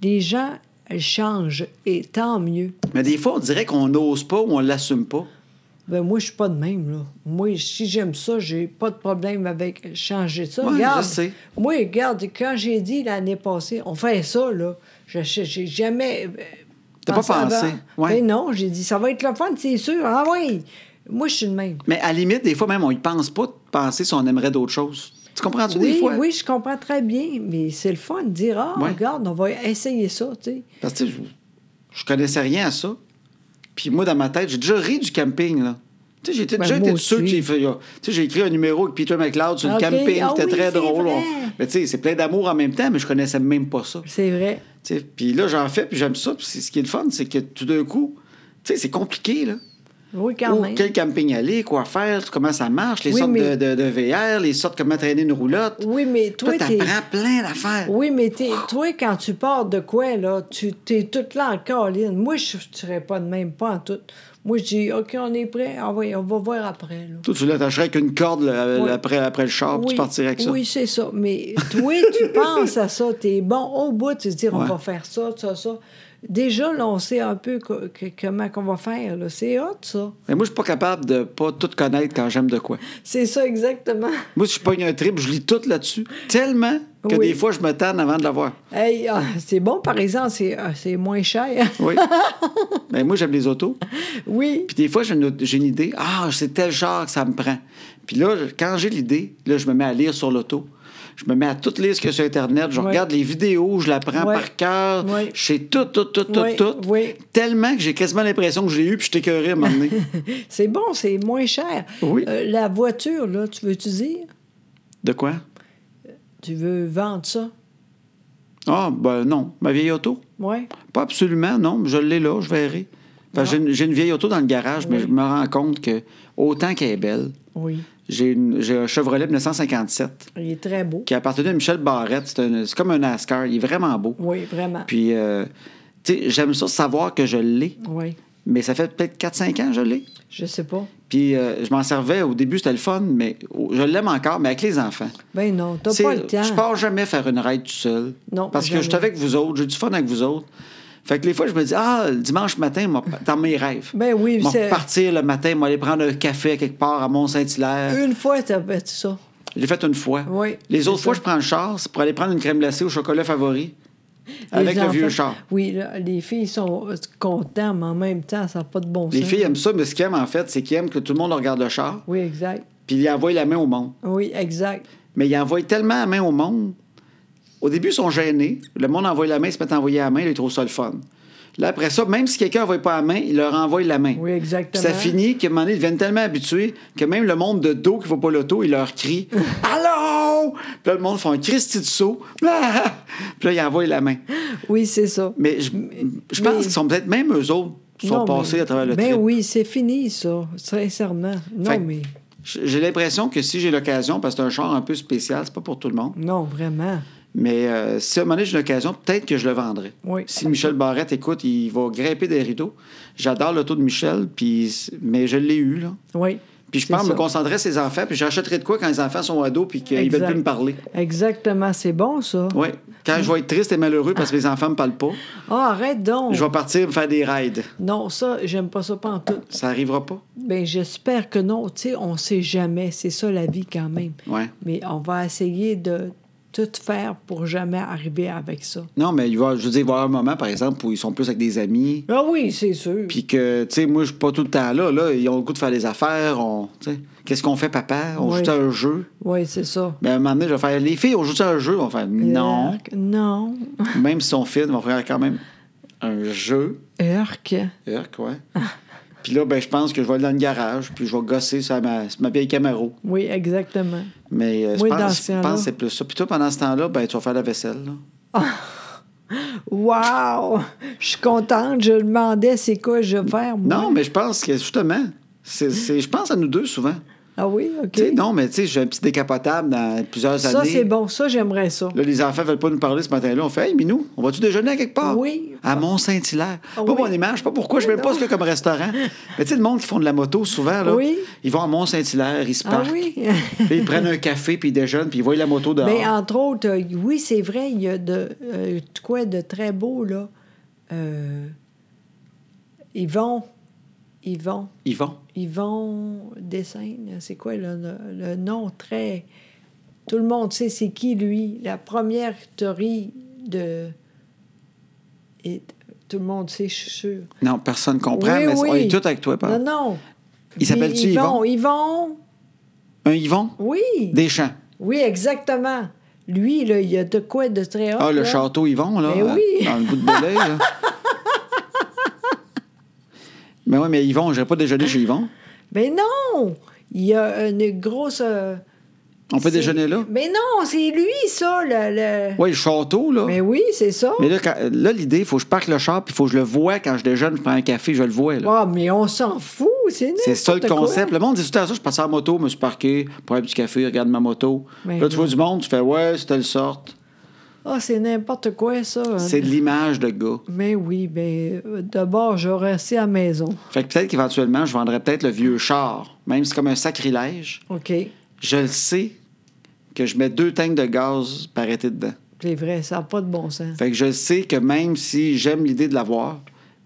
Speaker 1: Les gens changent et tant mieux.
Speaker 2: Mais des fois, on dirait qu'on n'ose pas ou on l'assume pas.
Speaker 1: Ben moi, je suis pas de même, là. Moi, si j'aime ça, j'ai pas de problème avec changer ça.
Speaker 2: Ouais,
Speaker 1: regarde,
Speaker 2: je sais.
Speaker 1: Moi, regarde, quand j'ai dit l'année passée, on fait ça, là, je- je- j'ai jamais... euh,
Speaker 2: T'as pas pensé,
Speaker 1: avant.
Speaker 2: ouais.
Speaker 1: Ben non, j'ai dit, ça va être le fun, c'est sûr. Ah oui! Moi, je suis de même.
Speaker 2: Mais à la limite, des fois, même, on y pense pas de penser si on aimerait d'autres choses. Tu comprends-tu des
Speaker 1: Oui,
Speaker 2: fois?
Speaker 1: oui, je comprends très bien, mais c'est le fun de dire, ah,
Speaker 2: Ouais.
Speaker 1: regarde, on va essayer ça, tu sais.
Speaker 2: Parce que tu sais, je, je connaissais rien à ça. Puis moi, dans ma tête, j'ai déjà ri du camping, là. Tu sais, j'ai été-
Speaker 1: Ben,
Speaker 2: déjà
Speaker 1: moi
Speaker 2: été de ceux
Speaker 1: aussi.
Speaker 2: qui. fait, là, Tu sais, j'ai écrit un numéro avec Peter McLeod sur
Speaker 1: Ok,
Speaker 2: le camping,
Speaker 1: ah
Speaker 2: c'était
Speaker 1: oui, c'est
Speaker 2: très drôle.
Speaker 1: vrai.
Speaker 2: On- Mais tu sais, c'est plein d'amour en même temps, mais je connaissais même pas ça.
Speaker 1: C'est vrai.
Speaker 2: Tu sais, Puis là, j'en fais, puis j'aime ça. Puis c'est- ce qui est le fun, c'est que tout d'un coup, tu sais, c'est compliqué, là.
Speaker 1: Oui, quand
Speaker 2: Où-
Speaker 1: même.
Speaker 2: quel camping aller, quoi faire, comment ça marche, les
Speaker 1: Oui,
Speaker 2: sortes
Speaker 1: mais-
Speaker 2: de, de- de VR, les sortes comment traîner une roulotte.
Speaker 1: Oui, mais toi,
Speaker 2: Là,
Speaker 1: t'es-
Speaker 2: t'apprends plein d'affaires.
Speaker 1: Oui, mais t'es- toi, quand tu pars de quoi, là, tu t'es toute là en colline. Moi, je ne serais pas de même, pas en tout. Moi, je dis, OK, on est prêt. Ah oui, on va voir après, là.
Speaker 2: Toi, tu l'attacherais avec une corde là,
Speaker 1: Oui.
Speaker 2: après, après le char, Ah, puis
Speaker 1: oui,
Speaker 2: tu partirais avec ça.
Speaker 1: Oui, c'est ça. Mais toi, tu penses à ça. Tu es bon au bout. Tu te dis, on
Speaker 2: Ouais.
Speaker 1: va faire ça, ça, ça. Déjà, là, on sait un peu co- que- comment qu'on va faire. là. C'est hot, ça.
Speaker 2: Mais moi, je suis pas capable de pas tout connaître quand j'aime de quoi.
Speaker 1: C'est ça, exactement.
Speaker 2: Moi, si je pogne un trip, je lis tout là-dessus. Tellement que
Speaker 1: Oui.
Speaker 2: des fois, je me tanne avant de l'avoir.
Speaker 1: Hey, ah, c'est bon, par exemple, c'est ah, c'est moins cher.
Speaker 2: Oui. Mais moi, j'aime les autos.
Speaker 1: oui.
Speaker 2: Puis des fois, j'ai une, autre- j'ai une idée. Ah, c'est tel char que ça me prend. Puis là, je- quand j'ai l'idée, là, je me mets à lire sur l'auto. Je me mets à tout lire ce qu'il y a sur Internet. Je
Speaker 1: Ouais.
Speaker 2: regarde les vidéos, je la prends
Speaker 1: Ouais.
Speaker 2: par cœur.
Speaker 1: Ouais.
Speaker 2: Je sais tout, tout, tout, tout,
Speaker 1: Ouais,
Speaker 2: tout.
Speaker 1: ouais.
Speaker 2: Tellement que j'ai quasiment l'impression que je l'ai eu, puis je t'écœurais à un moment donné.
Speaker 1: C'est bon, c'est moins cher.
Speaker 2: Oui.
Speaker 1: Euh, la voiture, là, tu veux-tu dire?
Speaker 2: De quoi?
Speaker 1: Tu veux vendre ça?
Speaker 2: Ah, ben non. Ma vieille auto?
Speaker 1: Oui.
Speaker 2: Pas absolument, non. Je l'ai là, je verrai. Parce que J'ai une, j'ai une vieille auto dans le garage, mais
Speaker 1: Oui.
Speaker 2: je me rends compte que, autant qu'elle est belle,
Speaker 1: Oui.
Speaker 2: j'ai une- j'ai un Chevrolet 1957
Speaker 1: Il est très beau.
Speaker 2: qui appartenait à Michel Barrette. C'est un- c'est comme un NASCAR. Il est vraiment beau.
Speaker 1: Oui, vraiment.
Speaker 2: Puis, euh, tu sais, j'aime ça savoir que je l'ai,
Speaker 1: Oui.
Speaker 2: mais ça fait peut-être 4-5 ans que je l'ai.
Speaker 1: Je sais pas.
Speaker 2: Puis, euh, je m'en servais. Au début, c'était le fun, mais au- je l'aime encore, mais avec les enfants.
Speaker 1: Ben non, t'as
Speaker 2: C'est-
Speaker 1: pas le temps.
Speaker 2: Je pars jamais faire une ride tout seul.
Speaker 1: Non,
Speaker 2: Parce que
Speaker 1: jamais.
Speaker 2: je suis avec vous autres, j'ai du fun avec vous autres. Fait que les fois, je me dis, ah, le dimanche matin, moi, dans mes rêves.
Speaker 1: Ben oui,
Speaker 2: Moi,
Speaker 1: c'est-
Speaker 2: partir le matin, moi, aller prendre un café quelque part à Mont-Saint-Hilaire.
Speaker 1: Une fois, t'as fait ça.
Speaker 2: J'ai fait une fois.
Speaker 1: Oui,
Speaker 2: Les
Speaker 1: c'est
Speaker 2: autres
Speaker 1: ça.
Speaker 2: fois, je prends le char, c'est pour aller prendre une crème glacée au chocolat favori avec
Speaker 1: Les
Speaker 2: le vieux
Speaker 1: enfants-
Speaker 2: char.
Speaker 1: Oui, là, les filles sont euh, contentes, mais en même temps, ça n'a pas de bon
Speaker 2: Les
Speaker 1: sens.
Speaker 2: filles aiment ça, mais ce qu'ils aiment, en fait, c'est qu'ils aiment que tout le monde regarde le char,
Speaker 1: Oui, exact.
Speaker 2: puis ils envoient la main au monde.
Speaker 1: Oui, exact.
Speaker 2: Mais ils envoient tellement la main au monde. Au début, ils sont gênés. Le monde envoie la main, ils se mettent à envoyer la main, là, ils trouvent ça le fun. Là, après ça, même si quelqu'un n'envoie pas la main, il leur envoie la main.
Speaker 1: Oui, exactement.
Speaker 2: Puis ça finit qu'à un moment donné, ils deviennent tellement habitués que même le monde de dos qui ne va pas l'auto, il leur crie « Allô! » Puis là, le monde fait un Christi de saut. Ah! Puis là, ils envoient la main.
Speaker 1: Oui, c'est ça.
Speaker 2: Mais je, je pense
Speaker 1: mais-
Speaker 2: qu'ils sont peut-être même eux autres qui sont
Speaker 1: Non,
Speaker 2: passés
Speaker 1: mais-
Speaker 2: à travers le
Speaker 1: Ben
Speaker 2: trip.
Speaker 1: oui, c'est fini, ça, sincèrement. Non,
Speaker 2: Fait que-
Speaker 1: mais...
Speaker 2: J- J'ai l'impression que si j'ai l'occasion, parce que c'est un char un peu spécial, c'est pas pour tout le monde,
Speaker 1: Non, vraiment.
Speaker 2: mais euh, si à un moment donné j'ai une occasion, peut-être que je le vendrai.
Speaker 1: Oui.
Speaker 2: Si Michel Barrette écoute, il va grimper des rideaux. J'adore l'auto de Michel, puis c- mais je l'ai eu, là.
Speaker 1: Oui.
Speaker 2: Puis je
Speaker 1: c'est
Speaker 2: pense me
Speaker 1: ça.
Speaker 2: concentrer sur ses enfants, puis j'achèterai de quoi quand les enfants sont ados, puis qu'ils veulent
Speaker 1: Exact.
Speaker 2: plus me parler.
Speaker 1: Exactement, c'est bon, ça.
Speaker 2: Oui. Quand je vais être triste et malheureux parce que les enfants me parlent pas,
Speaker 1: Ah, arrête donc.
Speaker 2: je vais partir me faire des raids.
Speaker 1: Non, ça, j'aime pas ça pantoute.
Speaker 2: Ça arrivera pas.
Speaker 1: Ben, j'espère que non. Tu sais, on sait jamais. C'est ça, la vie, quand même.
Speaker 2: Ouais.
Speaker 1: Mais on va essayer de tout faire pour jamais arriver avec ça.
Speaker 2: Non, mais il va, je veux dire, il va y avoir un moment, par exemple, où ils sont plus avec des amis.
Speaker 1: Ah oui, c'est sûr.
Speaker 2: Puis que, tu sais, moi, je suis pas tout le temps là. là. Ils ont le goût de faire des affaires. On, tu sais, Qu'est-ce qu'on fait, papa? On
Speaker 1: Oui.
Speaker 2: joue à un jeu.
Speaker 1: Oui, c'est ça.
Speaker 2: Mais à un moment donné, je vais faire, les filles, on joue à un jeu. On va faire, non.
Speaker 1: Urk. Non.
Speaker 2: Même si on filme, on va faire quand même un jeu.
Speaker 1: Urk.
Speaker 2: Euh, quoi? Puis là, ben, je pense que je vais aller dans le garage, puis je vais gosser sur ma, sur ma vieille Camaro.
Speaker 1: Oui, exactement.
Speaker 2: Mais euh, je
Speaker 1: Oui, dans
Speaker 2: pense,
Speaker 1: ce
Speaker 2: je
Speaker 1: temps-là.
Speaker 2: pense que c'est plus ça. Puis toi, pendant ce temps-là, ben, tu vas faire la vaisselle. là.
Speaker 1: Wow! Je suis contente. Je demandais c'est quoi je vais faire, moi.
Speaker 2: Non, mais je pense que, justement, c'est, c'est- je pense à nous deux souvent.
Speaker 1: Ah oui, OK.
Speaker 2: Tu sais, non, mais tu sais, j'ai un petit décapotable dans plusieurs
Speaker 1: ça,
Speaker 2: années.
Speaker 1: c'est bon. Ça, j'aimerais ça.
Speaker 2: Là, les enfants veulent pas nous parler ce matin-là. On fait Hey, Minou, on va-tu déjeuner à quelque part
Speaker 1: Oui.
Speaker 2: À Mont-Saint-Hilaire.
Speaker 1: Ah,
Speaker 2: Pas
Speaker 1: oui.
Speaker 2: mon image, pas pourquoi, je ne
Speaker 1: Oui,
Speaker 2: même pas
Speaker 1: non.
Speaker 2: ce que comme restaurant. Mais tu sais, le monde qui font de la moto souvent, là,
Speaker 1: Oui.
Speaker 2: ils vont à Mont-Saint-Hilaire, ils se
Speaker 1: Ah
Speaker 2: parquent.
Speaker 1: oui? Ben,
Speaker 2: Puis ils prennent un café, puis ils déjeunent, puis ils voient la moto dehors.
Speaker 1: Mais entre autres, euh, oui, c'est vrai, il y a de, euh, de quoi de très beau, là. Euh, ils vont, ils vont,
Speaker 2: Ils vont.
Speaker 1: ils vont descendre. C'est quoi le, le- le nom très. Tout le monde sait c'est qui, lui. La première théorie de. Et tout le monde sait, je suis sûre.
Speaker 2: Non, personne ne comprend,
Speaker 1: Oui,
Speaker 2: mais
Speaker 1: oui.
Speaker 2: on est tous avec toi.
Speaker 1: Non,
Speaker 2: Paul.
Speaker 1: non.
Speaker 2: Il s'appelle-tu Yvon?
Speaker 1: Yvon,
Speaker 2: Un Yvon
Speaker 1: oui.
Speaker 2: Deschamps.
Speaker 1: Oui, exactement. Lui, là, il y a de quoi de très hot.
Speaker 2: Ah, le
Speaker 1: là.
Speaker 2: château Yvon, là.
Speaker 1: Mais
Speaker 2: euh,
Speaker 1: Ben oui.
Speaker 2: Dans le bout de l'œil, là. Mais Ben oui, mais Yvon, je pas déjeuner chez Yvon.
Speaker 1: Mais non! Il y a une grosse. euh,
Speaker 2: On peut
Speaker 1: c'est-
Speaker 2: déjeuner là.
Speaker 1: Mais non, c'est lui, ça, le. le-
Speaker 2: Oui, le château, là.
Speaker 1: Mais oui, c'est ça.
Speaker 2: Mais là, quand- là, l'idée, il faut que je parte le char, puis il faut que je le vois quand je déjeune, je prends un café, je le vois. là.
Speaker 1: Ah, mais on s'en fout, c'est
Speaker 2: C'est ça le
Speaker 1: n'importe quoi.
Speaker 2: concept. Le monde dit tout à ça, je passe en moto, je me suis parqué, prends un petit café, regarde ma moto.
Speaker 1: Mais Ben
Speaker 2: là, tu
Speaker 1: non.
Speaker 2: vois du monde, tu fais ouais, c'est telle sorte.
Speaker 1: Ah, c'est n'importe quoi, ça.
Speaker 2: C'est de l'image de gars.
Speaker 1: Mais oui, ben, euh, d'abord, je resté à la maison.
Speaker 2: Fait que peut-être qu'éventuellement, je vendrais peut-être le vieux char, même si c'est comme un sacrilège.
Speaker 1: OK.
Speaker 2: Je le sais que je mets deux tanks de gaz par été dedans.
Speaker 1: C'est vrai, ça n'a pas de bon sens.
Speaker 2: Fait que je le sais que même si j'aime l'idée de l'avoir,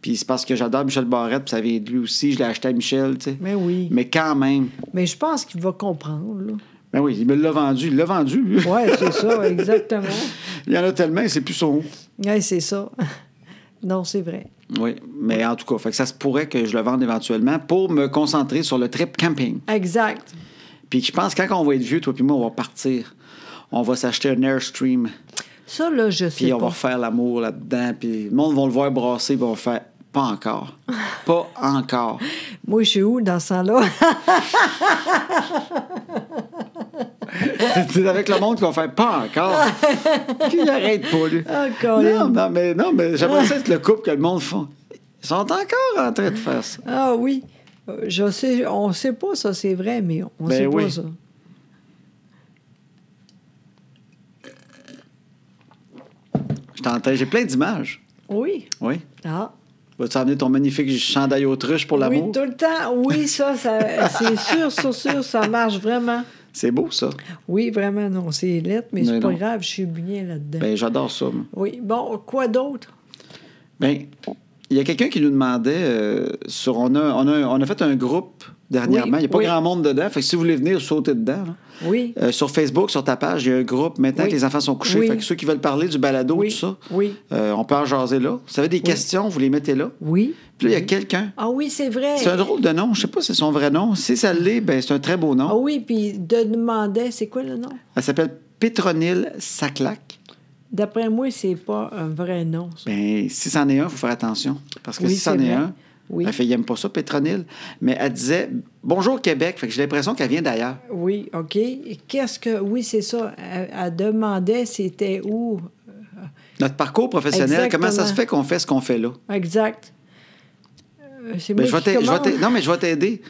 Speaker 2: puis c'est parce que j'adore Michel Barrette, puis ça vient de lui aussi, je l'ai acheté à Michel, tu sais.
Speaker 1: Mais oui. Mais,
Speaker 2: Mais quand même,
Speaker 1: je pense qu'il va comprendre, là.
Speaker 2: Ben oui, il me l'a vendu. Il l'a vendu.
Speaker 1: Oui, c'est ça, exactement.
Speaker 2: il y en a tellement, c'est plus son.
Speaker 1: Oui, c'est ça. non, c'est vrai.
Speaker 2: Oui, mais en tout cas, fait que ça se pourrait que je le vende éventuellement pour me concentrer sur le trip camping.
Speaker 1: Exact.
Speaker 2: Puis je pense que quand on va être vieux, toi puis moi, on va partir. On va s'acheter un Airstream,
Speaker 1: Ça, là, je sais
Speaker 2: puis on
Speaker 1: pas.
Speaker 2: va refaire l'amour là-dedans, puis le monde va le voir brasser, puis on va faire pas encore. Pas encore.
Speaker 1: Moi, je suis où dans ce temps-là?
Speaker 2: C'est avec le monde qu'on va faire pas encore. Qu'il arrête pas, lui.
Speaker 1: Ah,
Speaker 2: non,
Speaker 1: Colin.
Speaker 2: non, mais, non, mais j'aimerais ça être le couple que le monde font. Ils sont encore en train de faire ça.
Speaker 1: Ah oui. Euh, Je sais, on sait pas ça, c'est vrai, mais on
Speaker 2: Ben
Speaker 1: sait pas
Speaker 2: oui.
Speaker 1: ça.
Speaker 2: Je t'entends, j'ai plein d'images.
Speaker 1: Oui.
Speaker 2: Oui.
Speaker 1: Ah.
Speaker 2: Vas-tu emmener ton magnifique chandail autruche pour l'amour?
Speaker 1: Oui, tout le temps. Oui, ça, ça c'est sûr, sûr, sûr, ça marche vraiment.
Speaker 2: C'est beau, ça.
Speaker 1: Oui, vraiment, non, c'est lettre, mais c'est
Speaker 2: Mais
Speaker 1: pas
Speaker 2: non.
Speaker 1: grave, je suis bien là-dedans.
Speaker 2: Ben, j'adore ça. moi.
Speaker 1: oui, bon, quoi d'autre?
Speaker 2: Ben, il y a quelqu'un qui nous demandait euh, sur. On a, on, a, on a fait un groupe dernièrement. Il
Speaker 1: Oui,
Speaker 2: n'y a pas
Speaker 1: oui.
Speaker 2: grand monde dedans. Fait que si vous voulez venir sauter dedans, là.
Speaker 1: Oui,
Speaker 2: Euh, sur Facebook, sur ta page, il y a un groupe maintenant
Speaker 1: Oui.
Speaker 2: que les enfants sont couchés.
Speaker 1: Oui.
Speaker 2: Fait que ceux qui veulent parler du balado,
Speaker 1: Oui,
Speaker 2: tout ça,
Speaker 1: oui.
Speaker 2: euh, on peut en jaser là. Si vous avez des questions, vous les mettez là.
Speaker 1: oui.
Speaker 2: Puis là, il y a quelqu'un.
Speaker 1: Ah oui, c'est vrai.
Speaker 2: C'est un drôle de nom. Je sais pas si c'est son vrai nom. Si ça l'est, ben, c'est un très beau nom.
Speaker 1: Ah oui, puis de demander, c'est quoi le nom?
Speaker 2: Elle s'appelle Pétronille Saclac.
Speaker 1: D'après moi, c'est pas un vrai nom. ça.
Speaker 2: Ben, si c'en est un, il faut faire attention. Parce que
Speaker 1: Oui,
Speaker 2: si c'en
Speaker 1: c'est
Speaker 2: est
Speaker 1: vrai.
Speaker 2: un,
Speaker 1: Oui.
Speaker 2: elle fait, il aime pas ça, Pétronille. Mais elle disait Bonjour Québec. Fait que j'ai l'impression qu'elle vient d'ailleurs.
Speaker 1: Oui, OK. Et Qu'est-ce que. Oui, c'est ça. Elle, elle demandait c'était où.
Speaker 2: Notre parcours professionnel, comment ça
Speaker 1: Exactement.
Speaker 2: se fait qu'on fait ce qu'on fait là?
Speaker 1: Exact. Euh, C'est
Speaker 2: Ben,
Speaker 1: moi
Speaker 2: je vais
Speaker 1: qui
Speaker 2: t'a- je vais
Speaker 1: commence.
Speaker 2: t'a- non, mais je vais t'aider.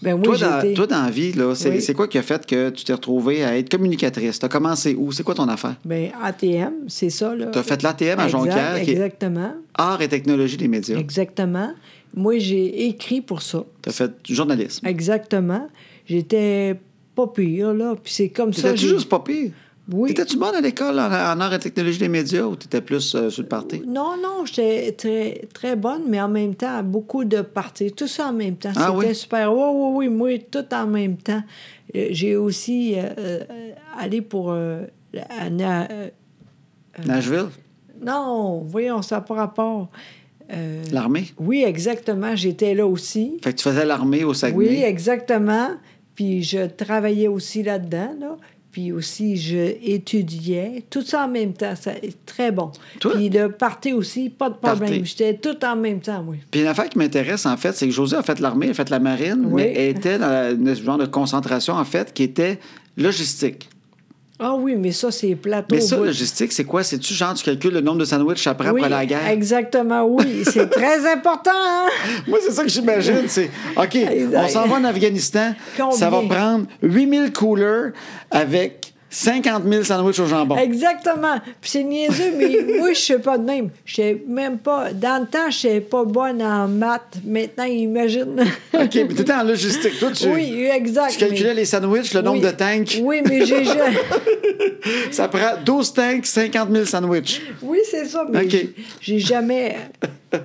Speaker 1: Ben oui,
Speaker 2: toi,
Speaker 1: j'ai
Speaker 2: dans,
Speaker 1: été-
Speaker 2: toi, dans la vie, là, c'est,
Speaker 1: Oui.
Speaker 2: c'est quoi qui a fait que tu t'es retrouvée à être communicatrice? T'as commencé où? C'est quoi ton affaire?
Speaker 1: Ben, ATM, c'est ça. là.
Speaker 2: T'as fait l'ATM à
Speaker 1: Exact,
Speaker 2: Jonquière, qui est-
Speaker 1: Exactement.
Speaker 2: Art et technologie des médias.
Speaker 1: Exactement. Moi, j'ai écrit pour ça.
Speaker 2: T'as fait journalisme.
Speaker 1: Exactement. J'étais pas pire, là. Puis c'est comme ça.
Speaker 2: T'étais-tu
Speaker 1: j'ai-
Speaker 2: juste pas pire?
Speaker 1: Oui.
Speaker 2: T'étais-tu bonne à l'école en, en art et technologie des médias ou t'étais plus euh, sur le party?
Speaker 1: Non, non, j'étais très, très bonne, mais en même temps, beaucoup de parties. Tout ça en même temps.
Speaker 2: Ah
Speaker 1: C'était
Speaker 2: oui?
Speaker 1: super. Oui, oui, oui, moi, tout en même temps. Euh, J'ai aussi euh, euh, allé pour. euh, la- à Na- euh,
Speaker 2: Nashville?
Speaker 1: non, voyons, ça n'a pas rapport. Euh,
Speaker 2: L'armée?
Speaker 1: oui, exactement. J'étais là aussi.
Speaker 2: Fait que tu faisais l'armée au Saguenay.
Speaker 1: Oui, exactement. Puis je travaillais aussi là-dedans, là. Puis aussi, je étudiais. Tout ça en même temps. Ça est très bon.
Speaker 2: Toi-
Speaker 1: Puis le party aussi, pas de problème.
Speaker 2: Party.
Speaker 1: J'étais tout en même temps, oui.
Speaker 2: Puis une affaire qui m'intéresse, en fait, c'est que José a fait l'armée, a fait la marine,
Speaker 1: Oui.
Speaker 2: mais elle était dans la- une genre de concentration, en fait, qui était logistique.
Speaker 1: Ah oui, mais ça, c'est plateau.
Speaker 2: Mais ça,
Speaker 1: au bout.
Speaker 2: logistique, c'est quoi? C'est-tu genre, tu calcules le nombre de sandwichs après,
Speaker 1: Oui,
Speaker 2: après la guerre?
Speaker 1: Exactement, oui. c'est très important, hein?
Speaker 2: Moi, c'est ça que j'imagine. C'est OK, on s'en va en Afghanistan.
Speaker 1: Combien?
Speaker 2: Ça va prendre 8000 coolers avec 50 000 sandwichs au jambon.
Speaker 1: Exactement. Puis c'est niaiseux, mais moi, je sais pas de même. Je sais même pas. Dans le temps, je sais pas bonne en maths. Maintenant, imagine.
Speaker 2: OK, mais t'étais en logistique. Toi, Ah, tu,
Speaker 1: oui, exact.
Speaker 2: tu calculais
Speaker 1: mais-
Speaker 2: les sandwichs, le nombre
Speaker 1: Oui.
Speaker 2: de tanks.
Speaker 1: Oui, mais j'ai. j'ai-
Speaker 2: Ça prend 12 tanks, 50 000 sandwichs.
Speaker 1: Oui, c'est ça, mais
Speaker 2: OK.
Speaker 1: j'ai- j'ai jamais.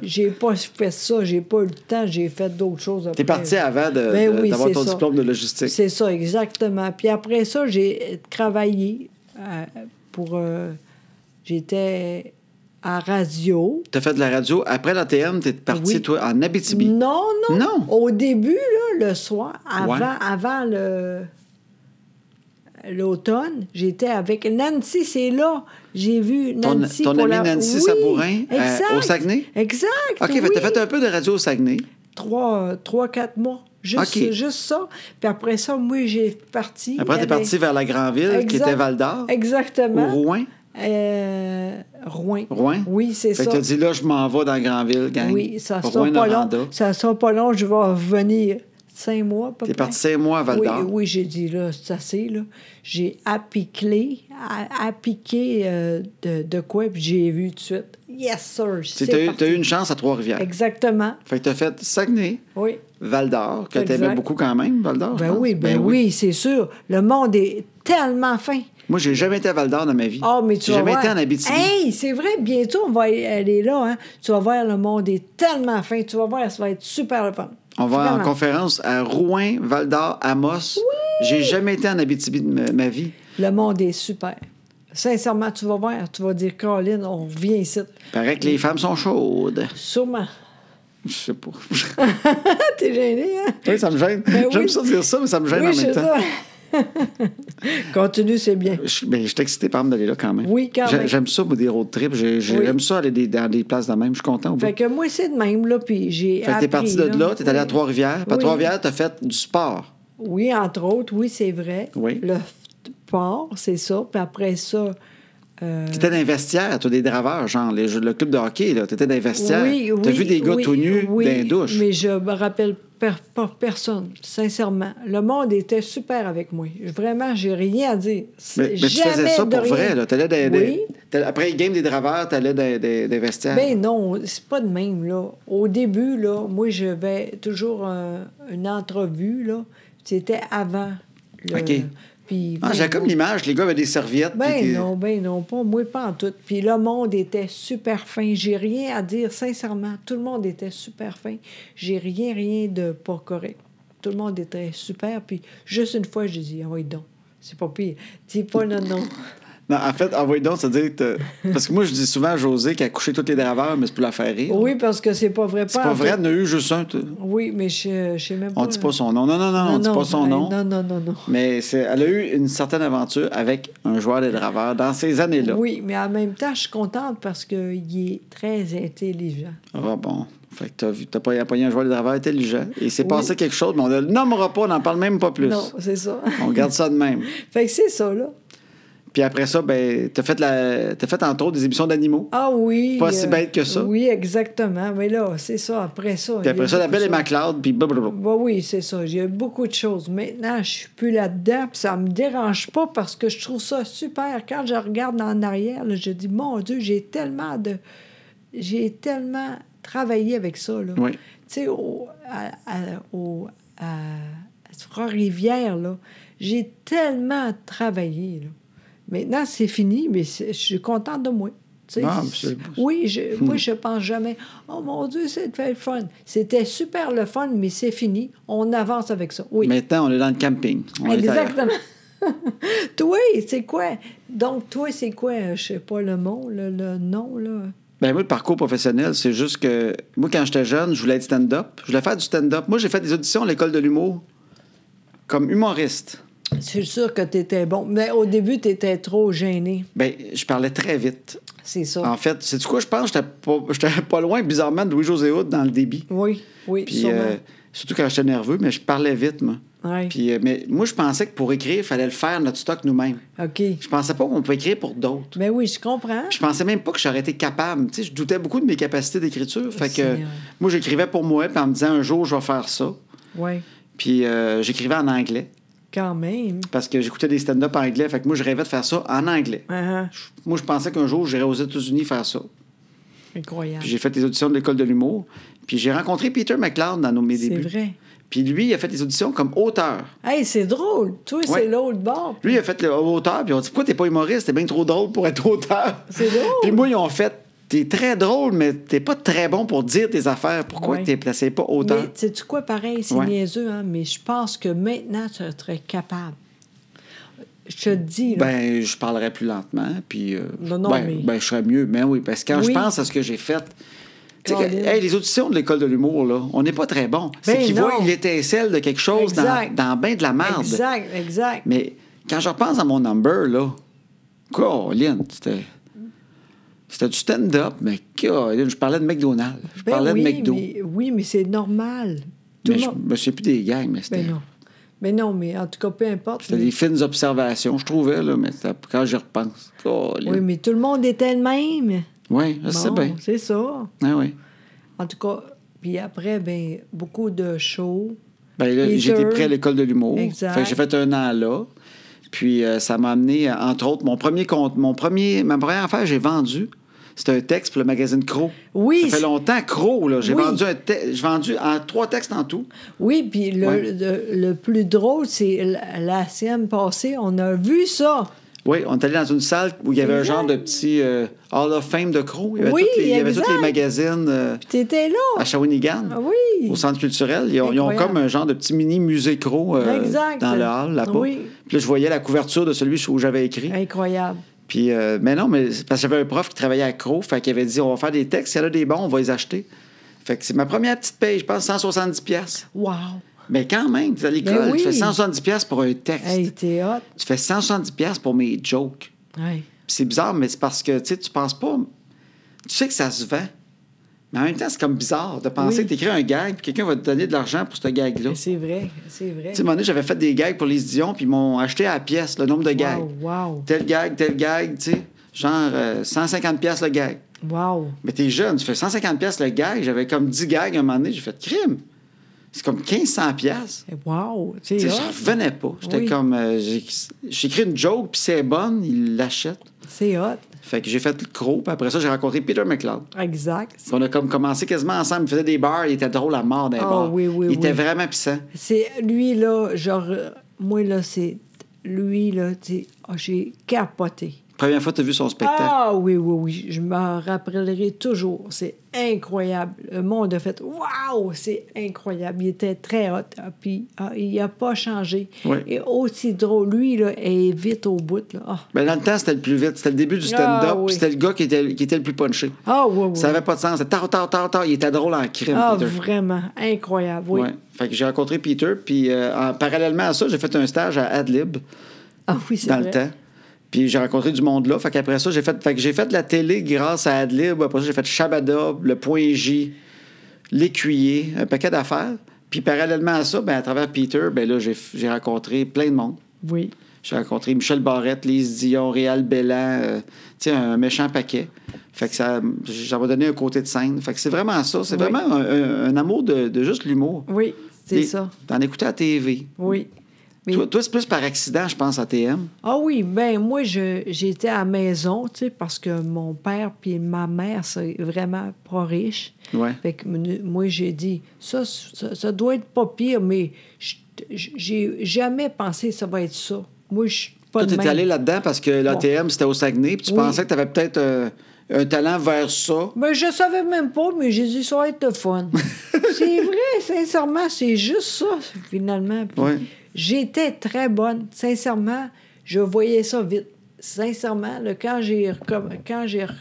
Speaker 1: J'ai pas fait ça, j'ai pas eu le temps, j'ai fait d'autres choses. après.
Speaker 2: T'es parti avant de-
Speaker 1: Ben
Speaker 2: de-
Speaker 1: oui,
Speaker 2: d'avoir
Speaker 1: c'est
Speaker 2: ton
Speaker 1: ça.
Speaker 2: diplôme de logistique.
Speaker 1: C'est ça, exactement. Puis après ça, j'ai travaillé euh, pour. euh, J'étais à radio.
Speaker 2: T'as fait de la radio. Après l'ATM, t'es parti,
Speaker 1: Oui. Mm.
Speaker 2: toi, en Abitibi.
Speaker 1: Non, non.
Speaker 2: Non.
Speaker 1: Au début, là, le soir, avant,
Speaker 2: Ouais.
Speaker 1: avant le. L'automne, j'étais avec Nancy, c'est là. J'ai vu
Speaker 2: Ton-
Speaker 1: Nancy.
Speaker 2: ton
Speaker 1: pour
Speaker 2: amie
Speaker 1: la-
Speaker 2: Nancy
Speaker 1: Oui,
Speaker 2: Sabourin, euh,
Speaker 1: exact.
Speaker 2: au Saguenay?
Speaker 1: Exact.
Speaker 2: OK, fait que
Speaker 1: oui.
Speaker 2: t'as fait un peu de radio au Saguenay.
Speaker 1: trois, trois quatre mois. Juste,
Speaker 2: OK.
Speaker 1: juste ça. Puis après ça, moi, j'ai parti.
Speaker 2: Après, t'es
Speaker 1: Avec-
Speaker 2: parti vers la Grandville,
Speaker 1: Eh
Speaker 2: qui
Speaker 1: ben, Exact-
Speaker 2: était Val-d'Or, ou
Speaker 1: Exactement.
Speaker 2: Rouen.
Speaker 1: Euh, Rouen.
Speaker 2: Rouen?
Speaker 1: Oui, c'est
Speaker 2: Fait
Speaker 1: ça.
Speaker 2: que t'as dit, là, je m'en vais dans la Grandville, gang.
Speaker 1: oui, ça sera
Speaker 2: Rouen,
Speaker 1: pas long.
Speaker 2: Noranda.
Speaker 1: Ça sera pas long, je vais revenir cinq mois. à peu
Speaker 2: T'es
Speaker 1: près.
Speaker 2: parti cinq mois à Val
Speaker 1: Oui,
Speaker 2: d'Or.
Speaker 1: oui, j'ai dit là, c'est assez. Là. J'ai appiqué, a- appiqué euh, de, de quoi, puis j'ai vu tout de suite. Yes, sir.
Speaker 2: Tu
Speaker 1: c'est
Speaker 2: sais, T'as eu,
Speaker 1: parti.
Speaker 2: t'as eu une chance à Trois-Rivières.
Speaker 1: Exactement.
Speaker 2: Fait que t'as fait Saguenay,
Speaker 1: Oui.
Speaker 2: Val d'Or, que
Speaker 1: Exact.
Speaker 2: t'aimais beaucoup quand même, Val d'Or. je
Speaker 1: Ben
Speaker 2: pense.
Speaker 1: oui, ben, oui, c'est sûr. Le monde est tellement fin.
Speaker 2: Moi, j'ai jamais été à Val d'Or dans ma vie.
Speaker 1: Ah, mais tu
Speaker 2: J'ai
Speaker 1: vas
Speaker 2: jamais
Speaker 1: voir. Hein?
Speaker 2: été en Abitibi.
Speaker 1: Hey, c'est vrai, bientôt, on va aller là. Hein. Tu vas voir, le monde est tellement fin. Tu vas voir, ça va être super le fun.
Speaker 2: On va en
Speaker 1: Vraiment.
Speaker 2: conférence à Rouen, Val d'Or, Amos, J'ai jamais été en Abitibi de ma, ma vie.
Speaker 1: Le monde est super. Sincèrement, tu vas voir, tu vas dire, Colin, on revient ici.
Speaker 2: Paraît que les femmes sont chaudes.
Speaker 1: Sûrement.
Speaker 2: Je sais pas.
Speaker 1: T'es gêné, hein?
Speaker 2: oui, ça me gêne.
Speaker 1: Ben
Speaker 2: J'aime
Speaker 1: oui.
Speaker 2: ça dire ça, mais ça me gêne
Speaker 1: Oui,
Speaker 2: en
Speaker 1: c'est
Speaker 2: même temps.
Speaker 1: ça. Continue, c'est bien.
Speaker 2: Je, ben, je suis excité par exemple, d'aller là quand même.
Speaker 1: Oui, quand
Speaker 2: J'ai-
Speaker 1: même.
Speaker 2: J'aime ça, moi, des road trips. J'ai- j'ai-
Speaker 1: Oui.
Speaker 2: J'aime ça aller des- dans des places de même. Je suis content. au bout.
Speaker 1: Fait que moi, c'est de même, là, puis j'ai
Speaker 2: Fait que t'es
Speaker 1: appris,
Speaker 2: parti de là, t'es allé à Trois-Rivières. Puis à
Speaker 1: Oui.
Speaker 2: Trois-Rivières, t'as fait du sport.
Speaker 1: Oui, entre autres, oui, c'est vrai.
Speaker 2: Oui.
Speaker 1: Le f- port, c'est ça. Puis après ça... euh,
Speaker 2: T'étais dans les vestiaires, toi, des draveurs, genre les jeux- le club de hockey, là. T'étais dans les vestiaires.
Speaker 1: Oui, oui.
Speaker 2: T'as vu des gars
Speaker 1: oui,
Speaker 2: tout nus ben,
Speaker 1: oui,
Speaker 2: dans les douches.
Speaker 1: Mais je me rappelle per- pas personne, sincèrement. Le monde était super avec moi. Vraiment, j'ai rien à dire. C'est
Speaker 2: Mais, mais tu
Speaker 1: jamais
Speaker 2: faisais ça
Speaker 1: de
Speaker 2: pour
Speaker 1: rien.
Speaker 2: vrai, là. T'allais dans- dans-
Speaker 1: Oui.
Speaker 2: t'allais- après le game des draveurs, t'allais dans des, des vestiaires.
Speaker 1: Ben non, c'est pas de même, là. Au début, là, moi, je vais toujours euh, une entrevue, là. C'était avant. le-
Speaker 2: OK.
Speaker 1: Puis,
Speaker 2: Ah,
Speaker 1: ben
Speaker 2: J'ai comme
Speaker 1: non.
Speaker 2: l'image, les gars avaient des serviettes.
Speaker 1: Ben
Speaker 2: puis des-
Speaker 1: non, ben non, pas moi, pas en tout. Puis le monde était super fin. J'ai rien à dire, sincèrement. Tout le monde était super fin. J'ai rien, rien de pas correct. Tout le monde était super. Puis juste une fois, j'ai dit, ah oui, donc, c'est pas pire. Tu sais, pas non, non.
Speaker 2: Non, en fait, envoyez donc, ça veut dire que t'as- Parce que moi, je dis souvent à José qu'elle a couché tous les draveurs, mais c'est pour la faire rire.
Speaker 1: Oui, parce que c'est pas vrai.
Speaker 2: C'est pas
Speaker 1: en
Speaker 2: vrai,
Speaker 1: tout.
Speaker 2: on en a eu juste un. t-
Speaker 1: Oui, mais je, je sais même pas.
Speaker 2: On dit pas son nom. Non, non, non, on dit pas son
Speaker 1: ben,
Speaker 2: nom.
Speaker 1: Non, non, non, non.
Speaker 2: Mais c'est- elle a eu une certaine aventure avec un joueur des draveurs dans ces années-là.
Speaker 1: Oui, mais en même temps, je suis contente parce qu'il est très intelligent.
Speaker 2: Ah bon. Fait que t'as vu, t'as pas il a pogné un joueur des draveurs intelligent. Il s'est
Speaker 1: Oui.
Speaker 2: passé quelque chose, mais on ne le nommera pas, on n'en parle même pas plus.
Speaker 1: Non, c'est ça.
Speaker 2: On garde ça de même.
Speaker 1: fait que c'est ça, là.
Speaker 2: Puis après ça, ben, t'as fait la. T'as fait entre autres des émissions d'animaux.
Speaker 1: Ah oui.
Speaker 2: Pas si bête que ça.
Speaker 1: Oui, exactement. Mais là, c'est ça, après ça.
Speaker 2: Puis
Speaker 1: il y
Speaker 2: après
Speaker 1: a
Speaker 2: ça, la
Speaker 1: beaucoup de
Speaker 2: belle et
Speaker 1: choses.
Speaker 2: MacLeod, puis blablabla.
Speaker 1: Bah oui, c'est ça. J'ai eu beaucoup de choses. Maintenant, je suis plus là-dedans, puis ça me dérange pas parce que je trouve ça super. Quand je regarde en arrière, là, je dis, mon Dieu, j'ai tellement de... J'ai tellement travaillé avec ça, là.
Speaker 2: Oui.
Speaker 1: Tu sais, au- à, à, au- à- à Trois-Rivières, là, j'ai tellement travaillé, là. Maintenant, c'est fini, mais c'est- je suis contente de moi. Tu sais,
Speaker 2: Ah, mais c'est- Hmm.
Speaker 1: oui, je, moi, je pense jamais. Oh mon Dieu, c'était le fun. C'était super le fun, mais c'est fini. On avance avec ça. Oui.
Speaker 2: Maintenant, on est dans le camping. On est ailleurs.
Speaker 1: Exactement. toi, c'est quoi? Donc, toi, c'est quoi? euh, Je sais pas le mot, le, le nom, là.
Speaker 2: Ben moi, le parcours professionnel, c'est juste que moi, quand j'étais jeune, je voulais être stand-up. Je voulais faire du stand-up. Moi, j'ai fait des auditions à l'école de l'humour comme humoriste.
Speaker 1: Je suis sûre que tu étais bon. Mais au début, tu étais trop gêné.
Speaker 2: Ben, je parlais très vite.
Speaker 1: C'est ça.
Speaker 2: En fait, c'est du quoi je pense j'étais pas, j'étais pas loin, bizarrement, de Louis-José Hood dans le débit.
Speaker 1: Oui, oui,
Speaker 2: Puis,
Speaker 1: sûrement.
Speaker 2: euh, surtout quand j'étais nerveux, mais je parlais vite, moi.
Speaker 1: Ouais.
Speaker 2: Puis, euh, mais moi, je pensais que pour écrire, il fallait le faire, notre stock, nous-mêmes.
Speaker 1: OK.
Speaker 2: Je pensais pas qu'on pouvait écrire pour d'autres.
Speaker 1: Mais oui, je comprends.
Speaker 2: Je pensais même pas que j'aurais été capable. Tu sais, je doutais beaucoup de mes capacités d'écriture. Fait que
Speaker 1: Seigneur.
Speaker 2: moi, j'écrivais pour moi, puis en me disant un jour, je vais faire ça.
Speaker 1: Oui,
Speaker 2: Puis euh, j'écrivais en anglais
Speaker 1: quand même.
Speaker 2: parce que j'écoutais des stand-up en anglais. Fait que moi, je rêvais de faire ça en anglais.
Speaker 1: Ah, ah,
Speaker 2: Je- Moi, je pensais qu'un jour, j'irais aux États-Unis faire ça.
Speaker 1: Incroyable.
Speaker 2: Puis j'ai fait les auditions de l'école de l'humour. Puis j'ai rencontré Peter McLeod dans nos- mes
Speaker 1: C'est
Speaker 2: débuts.
Speaker 1: vrai.
Speaker 2: Puis lui, il a fait les auditions comme auteur.
Speaker 1: Hey, c'est drôle. Toi,
Speaker 2: Ouais.
Speaker 1: c'est l'autre bord.
Speaker 2: Lui, il a fait le auteur, puis on dit Pourquoi t'es pas humoriste T'es bien trop drôle pour être auteur.
Speaker 1: C'est drôle.
Speaker 2: Puis moi, ils ont fait T'es très drôle, mais t'es pas très bon pour dire tes affaires. Pourquoi
Speaker 1: Ouais.
Speaker 2: t'es placé pas auteur
Speaker 1: Mais sais-tu quoi, pareil, c'est
Speaker 2: Ouais.
Speaker 1: niaiseux, hein, mais je pense que maintenant, tu serais capable. Je te dis, là,
Speaker 2: Ben, je parlerais plus lentement, puis euh,
Speaker 1: Non, non,
Speaker 2: ben,
Speaker 1: mais-
Speaker 2: ben, je serais mieux. Mais oui, parce que quand je
Speaker 1: Oui.
Speaker 2: pense à ce que j'ai fait, tu sais que-
Speaker 1: Colin.
Speaker 2: hey, les auditions de l'école de l'humour, là, on n'est pas très bon. C'est
Speaker 1: Ben
Speaker 2: qu'ils
Speaker 1: non.
Speaker 2: voient l'étincelle de quelque chose dans,
Speaker 1: Exact.
Speaker 2: dans ben de la merde.
Speaker 1: exact, exact.
Speaker 2: Mais quand je repense à mon number, là, Colin, c'était. C'était du stand-up, mais Colin, je parlais de McDonald's. Je
Speaker 1: Ben
Speaker 2: parlais
Speaker 1: oui,
Speaker 2: de McDo. Mais,
Speaker 1: mais, oui, mais c'est normal. Tout le
Speaker 2: je
Speaker 1: monde-
Speaker 2: me souviens plus des gangs, mais c'était.
Speaker 1: Ben non. Mais non, mais en tout cas, peu importe.
Speaker 2: C'était
Speaker 1: mais-
Speaker 2: des fines observations, je trouvais, là, mais c'était- quand j'y repense. Colin.
Speaker 1: Oui, mais tout le monde était le même.
Speaker 2: Oui, je sais
Speaker 1: Bon,
Speaker 2: bien.
Speaker 1: C'est ça.
Speaker 2: Ah, oui.
Speaker 1: En tout cas, puis après, ben beaucoup de shows.
Speaker 2: Ben, là,
Speaker 1: Peter.
Speaker 2: j'étais prêt à l'école de l'humour.
Speaker 1: Exact.
Speaker 2: Fait que j'ai fait un an là. Puis euh, ça m'a amené, euh, entre autres, mon premier compte, mon premier, ma première affaire, j'ai vendu. C'était un texte pour le magazine Crow.
Speaker 1: Oui,
Speaker 2: Ça fait
Speaker 1: c'est-
Speaker 2: longtemps, Crow, là. J'ai
Speaker 1: Oui.
Speaker 2: vendu un te- j'ai vendu en trois textes en tout.
Speaker 1: Oui, puis le,
Speaker 2: Ouais.
Speaker 1: le- le plus drôle, c'est la, la semaine passée, on a vu ça.
Speaker 2: Oui, on est allé dans une salle où il y avait un
Speaker 1: Exact.
Speaker 2: genre de petit euh, Hall of Fame de Crow. Il y avait,
Speaker 1: Oui,
Speaker 2: toutes les, il y avait
Speaker 1: exact.
Speaker 2: tous les magazines euh,
Speaker 1: T'étais
Speaker 2: à
Speaker 1: là.
Speaker 2: Shawinigan,
Speaker 1: Ah oui.
Speaker 2: au centre culturel. Ils ont, ils ont
Speaker 1: Incroyable.
Speaker 2: comme un genre de petit mini musée Crow euh,
Speaker 1: Exact.
Speaker 2: dans le hall là-bas.
Speaker 1: Oui.
Speaker 2: Puis là, je voyais la couverture de celui où j'avais écrit.
Speaker 1: Incroyable.
Speaker 2: Puis, euh, mais non, mais c'est parce que j'avais un prof qui travaillait à Crow, fait qu'il avait dit on va faire des textes, s'il y en a des bons, on va les acheter. Fait que c'est ma première petite paye, je pense 170 pièces.
Speaker 1: Wow.
Speaker 2: Mais quand même, tu es à l'école,
Speaker 1: Ben oui.
Speaker 2: tu fais 170 pièces pour un texte.
Speaker 1: Hey, t'es hot.
Speaker 2: Tu fais 170 pièces pour mes jokes.
Speaker 1: Ouais.
Speaker 2: Puis c'est bizarre, mais c'est parce que tu sais, tu penses pas. Tu sais que ça se vend. Mais en même temps, c'est comme bizarre de penser
Speaker 1: Oui.
Speaker 2: que tu écris un gag puis quelqu'un va te donner de l'argent pour ce gag-là. Tu
Speaker 1: C'est vrai. C'est vrai.
Speaker 2: sais, à un moment donné, j'avais fait des gags pour les Dion, puis ils m'ont acheté à la pièce le nombre de gags.
Speaker 1: Wow, wow.
Speaker 2: Tel gag, tel gag, tu sais. Genre euh, 150 pièces le gag.
Speaker 1: Wow.
Speaker 2: Mais t'es jeune, tu fais 150 pièces le gag. J'avais comme 10 gags à un moment donné, j'ai fait crime. C'est comme 1500 pièces.
Speaker 1: Wow.
Speaker 2: Tu
Speaker 1: C'est
Speaker 2: sais, j'en
Speaker 1: hot.
Speaker 2: revenais pas. J'étais
Speaker 1: Oui.
Speaker 2: comme, euh, j'ai- j'écris une joke, puis c'est bonne, ils l'achètent.
Speaker 1: C'est hot.
Speaker 2: Fait que j'ai fait le croc, puis après ça, j'ai rencontré Peter McLeod.
Speaker 1: Exact.
Speaker 2: Puis On a comme commencé quasiment ensemble. Il faisait des bars, il était drôle à mort des
Speaker 1: Ah,
Speaker 2: bars.
Speaker 1: oui, oui,
Speaker 2: il était
Speaker 1: oui.
Speaker 2: vraiment puissant.
Speaker 1: C'est lui là, genre euh, moi là c'est lui là, tu sais, ah, j'ai capoté.
Speaker 2: Première fois que tu as vu son spectacle.
Speaker 1: Ah oui oui oui, je m'en rappellerai toujours. C'est incroyable. Le monde a fait waouh, c'est incroyable. Il était très hot, Ah, puis ah, il a pas changé.
Speaker 2: Oui.
Speaker 1: Et aussi drôle lui là, est vite au bout là. Ah
Speaker 2: Ben, dans le temps, c'était le plus vite. C'était le début du stand-up.
Speaker 1: Ah, oui.
Speaker 2: puis C'était le gars qui était, qui était le plus punché.
Speaker 1: Ah, oui oui.
Speaker 2: Ça avait pas de sens. C'était tard, tard, tard, tard. Il était drôle en crime,
Speaker 1: ah
Speaker 2: Peter.
Speaker 1: vraiment incroyable. Oui.
Speaker 2: Ouais. Fait que j'ai rencontré Peter. Puis euh, en- parallèlement à ça, j'ai fait un stage à Adlib
Speaker 1: Ah oui, c'est
Speaker 2: dans
Speaker 1: vrai.
Speaker 2: le temps. Puis j'ai rencontré du monde là. Fait qu'après ça, j'ai fait, fait, que j'ai fait de la télé grâce à Adlib. Après ça, j'ai fait Shabada, le Point J, l'écuyer, un paquet d'affaires. Puis parallèlement à ça, ben, à travers Peter, ben là, j'ai, j'ai rencontré plein de monde.
Speaker 1: Oui.
Speaker 2: J'ai rencontré Michel Barrette, Lise Dion, Réal Bellan, euh, tu sais, un méchant paquet. Fait que ça, ça m'a donné un côté de scène. Fait que c'est vraiment ça. C'est
Speaker 1: Oui.
Speaker 2: vraiment un, un- un amour de, de juste l'humour.
Speaker 1: Oui, c'est
Speaker 2: Des-
Speaker 1: ça.
Speaker 2: D'en écouter à TV.
Speaker 1: Oui. Mais-
Speaker 2: Toi, toi, c'est plus par accident, je pense, à TM.
Speaker 1: Ah oui, ben moi, je- j'étais à la maison, tu sais, parce que mon père puis ma mère, c'est vraiment pas riche.
Speaker 2: Ouais.
Speaker 1: Fait que menu- moi, j'ai dit, ça, ça, ça doit être pas pire, mais je- j'ai jamais pensé que ça va être ça. Moi, je suis pas
Speaker 2: Toi,
Speaker 1: de
Speaker 2: t'es
Speaker 1: même.
Speaker 2: allé là-dedans parce que l'ATM, c'était au Saguenay, puis tu
Speaker 1: Oui.
Speaker 2: pensais que t'avais peut-être euh, un talent vers ça.
Speaker 1: Ben, je savais même pas, mais j'ai dit, ça va être le fun. c'est vrai, sincèrement, c'est juste ça, finalement. Puis
Speaker 2: Ouais.
Speaker 1: J'étais très bonne. Sincèrement, je voyais ça vite. Sincèrement, là, quand j'ai recomm- quand j'ai rec-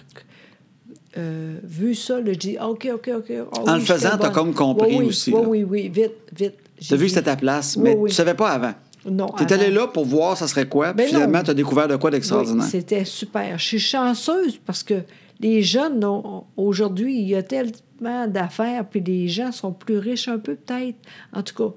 Speaker 1: euh, vu ça, là, je dis, OK, OK, OK. ah
Speaker 2: En le
Speaker 1: j'étais
Speaker 2: faisant, t'as
Speaker 1: bonne.
Speaker 2: comme compris
Speaker 1: Oui, oui,
Speaker 2: aussi,
Speaker 1: Oui,
Speaker 2: là.
Speaker 1: oui, oui, vite, vite. J'ai
Speaker 2: T'as vu que
Speaker 1: dit-
Speaker 2: c'était ta place,
Speaker 1: Oui,
Speaker 2: mais
Speaker 1: oui.
Speaker 2: tu savais pas avant.
Speaker 1: Non,
Speaker 2: T'es allé
Speaker 1: avant.
Speaker 2: là pour voir ça serait quoi, puis
Speaker 1: Ben non.
Speaker 2: finalement, t'as découvert de quoi
Speaker 1: Oui,
Speaker 2: d'extraordinaire.
Speaker 1: c'était super. Je suis chanceuse parce que les jeunes, on- aujourd'hui, il y a tellement d'affaires, puis les gens sont plus riches un peu, peut-être. En tout cas,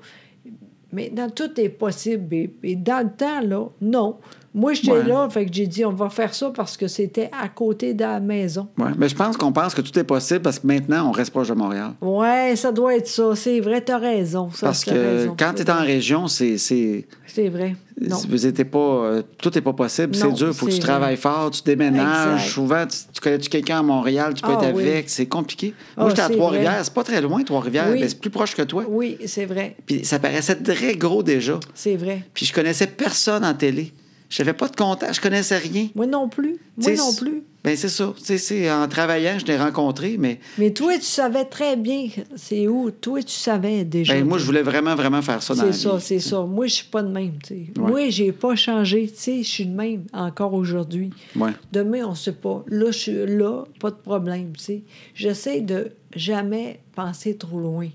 Speaker 1: maintenant, tout est possible. Et, et dans le temps, là, non. Moi, j'étais
Speaker 2: Ouais.
Speaker 1: là, fait que j'ai dit, on va faire ça parce que c'était à côté de la maison.
Speaker 2: Ouais, mais je pense qu'on pense que tout est possible parce que maintenant, on reste proche de Montréal.
Speaker 1: Ouais, ça doit être ça. C'est vrai, t'as raison. Ça,
Speaker 2: Parce
Speaker 1: t'as
Speaker 2: que
Speaker 1: raison.
Speaker 2: quand tu es en région, c'est. c'est-
Speaker 1: C'est vrai. Non.
Speaker 2: vous étiez pas, euh, tout n'est pas possible, c'est
Speaker 1: Non,
Speaker 2: dur. Il faut que
Speaker 1: c'est
Speaker 2: tu travailles fort, tu déménages.
Speaker 1: Exact.
Speaker 2: Souvent, tu, tu connais-tu quelqu'un à Montréal, tu peux
Speaker 1: Ah,
Speaker 2: être
Speaker 1: oui.
Speaker 2: avec, c'est compliqué.
Speaker 1: Ah,
Speaker 2: Moi, j'étais à
Speaker 1: c'est
Speaker 2: Trois-Rivières,
Speaker 1: vrai.
Speaker 2: c'est pas très loin, Trois-Rivières,
Speaker 1: Oui.
Speaker 2: mais c'est plus proche que toi.
Speaker 1: Oui, c'est vrai.
Speaker 2: Puis ça paraissait très gros déjà.
Speaker 1: C'est vrai.
Speaker 2: Puis je connaissais personne en télé. Je n'avais pas de contact, je connaissais rien.
Speaker 1: Moi non plus. Moi
Speaker 2: T'sais,
Speaker 1: non
Speaker 2: c'est-
Speaker 1: plus.
Speaker 2: Ben c'est ça. Tu sais, c'est en travaillant, je l'ai rencontré, mais
Speaker 1: Mais toi, tu savais très bien c'est où. Toi, tu savais déjà.
Speaker 2: ben, moi, je voulais vraiment, vraiment faire ça dans la
Speaker 1: C'est
Speaker 2: vie.
Speaker 1: ça, c'est ça. Moi, je suis pas de même. tu sais.
Speaker 2: Ouais.
Speaker 1: Moi, j'ai pas changé. tu sais, Je suis de même encore aujourd'hui.
Speaker 2: Ouais.
Speaker 1: Demain, on sait pas. Là, je suis là, pas de problème. tu sais. J'essaie de jamais penser trop loin.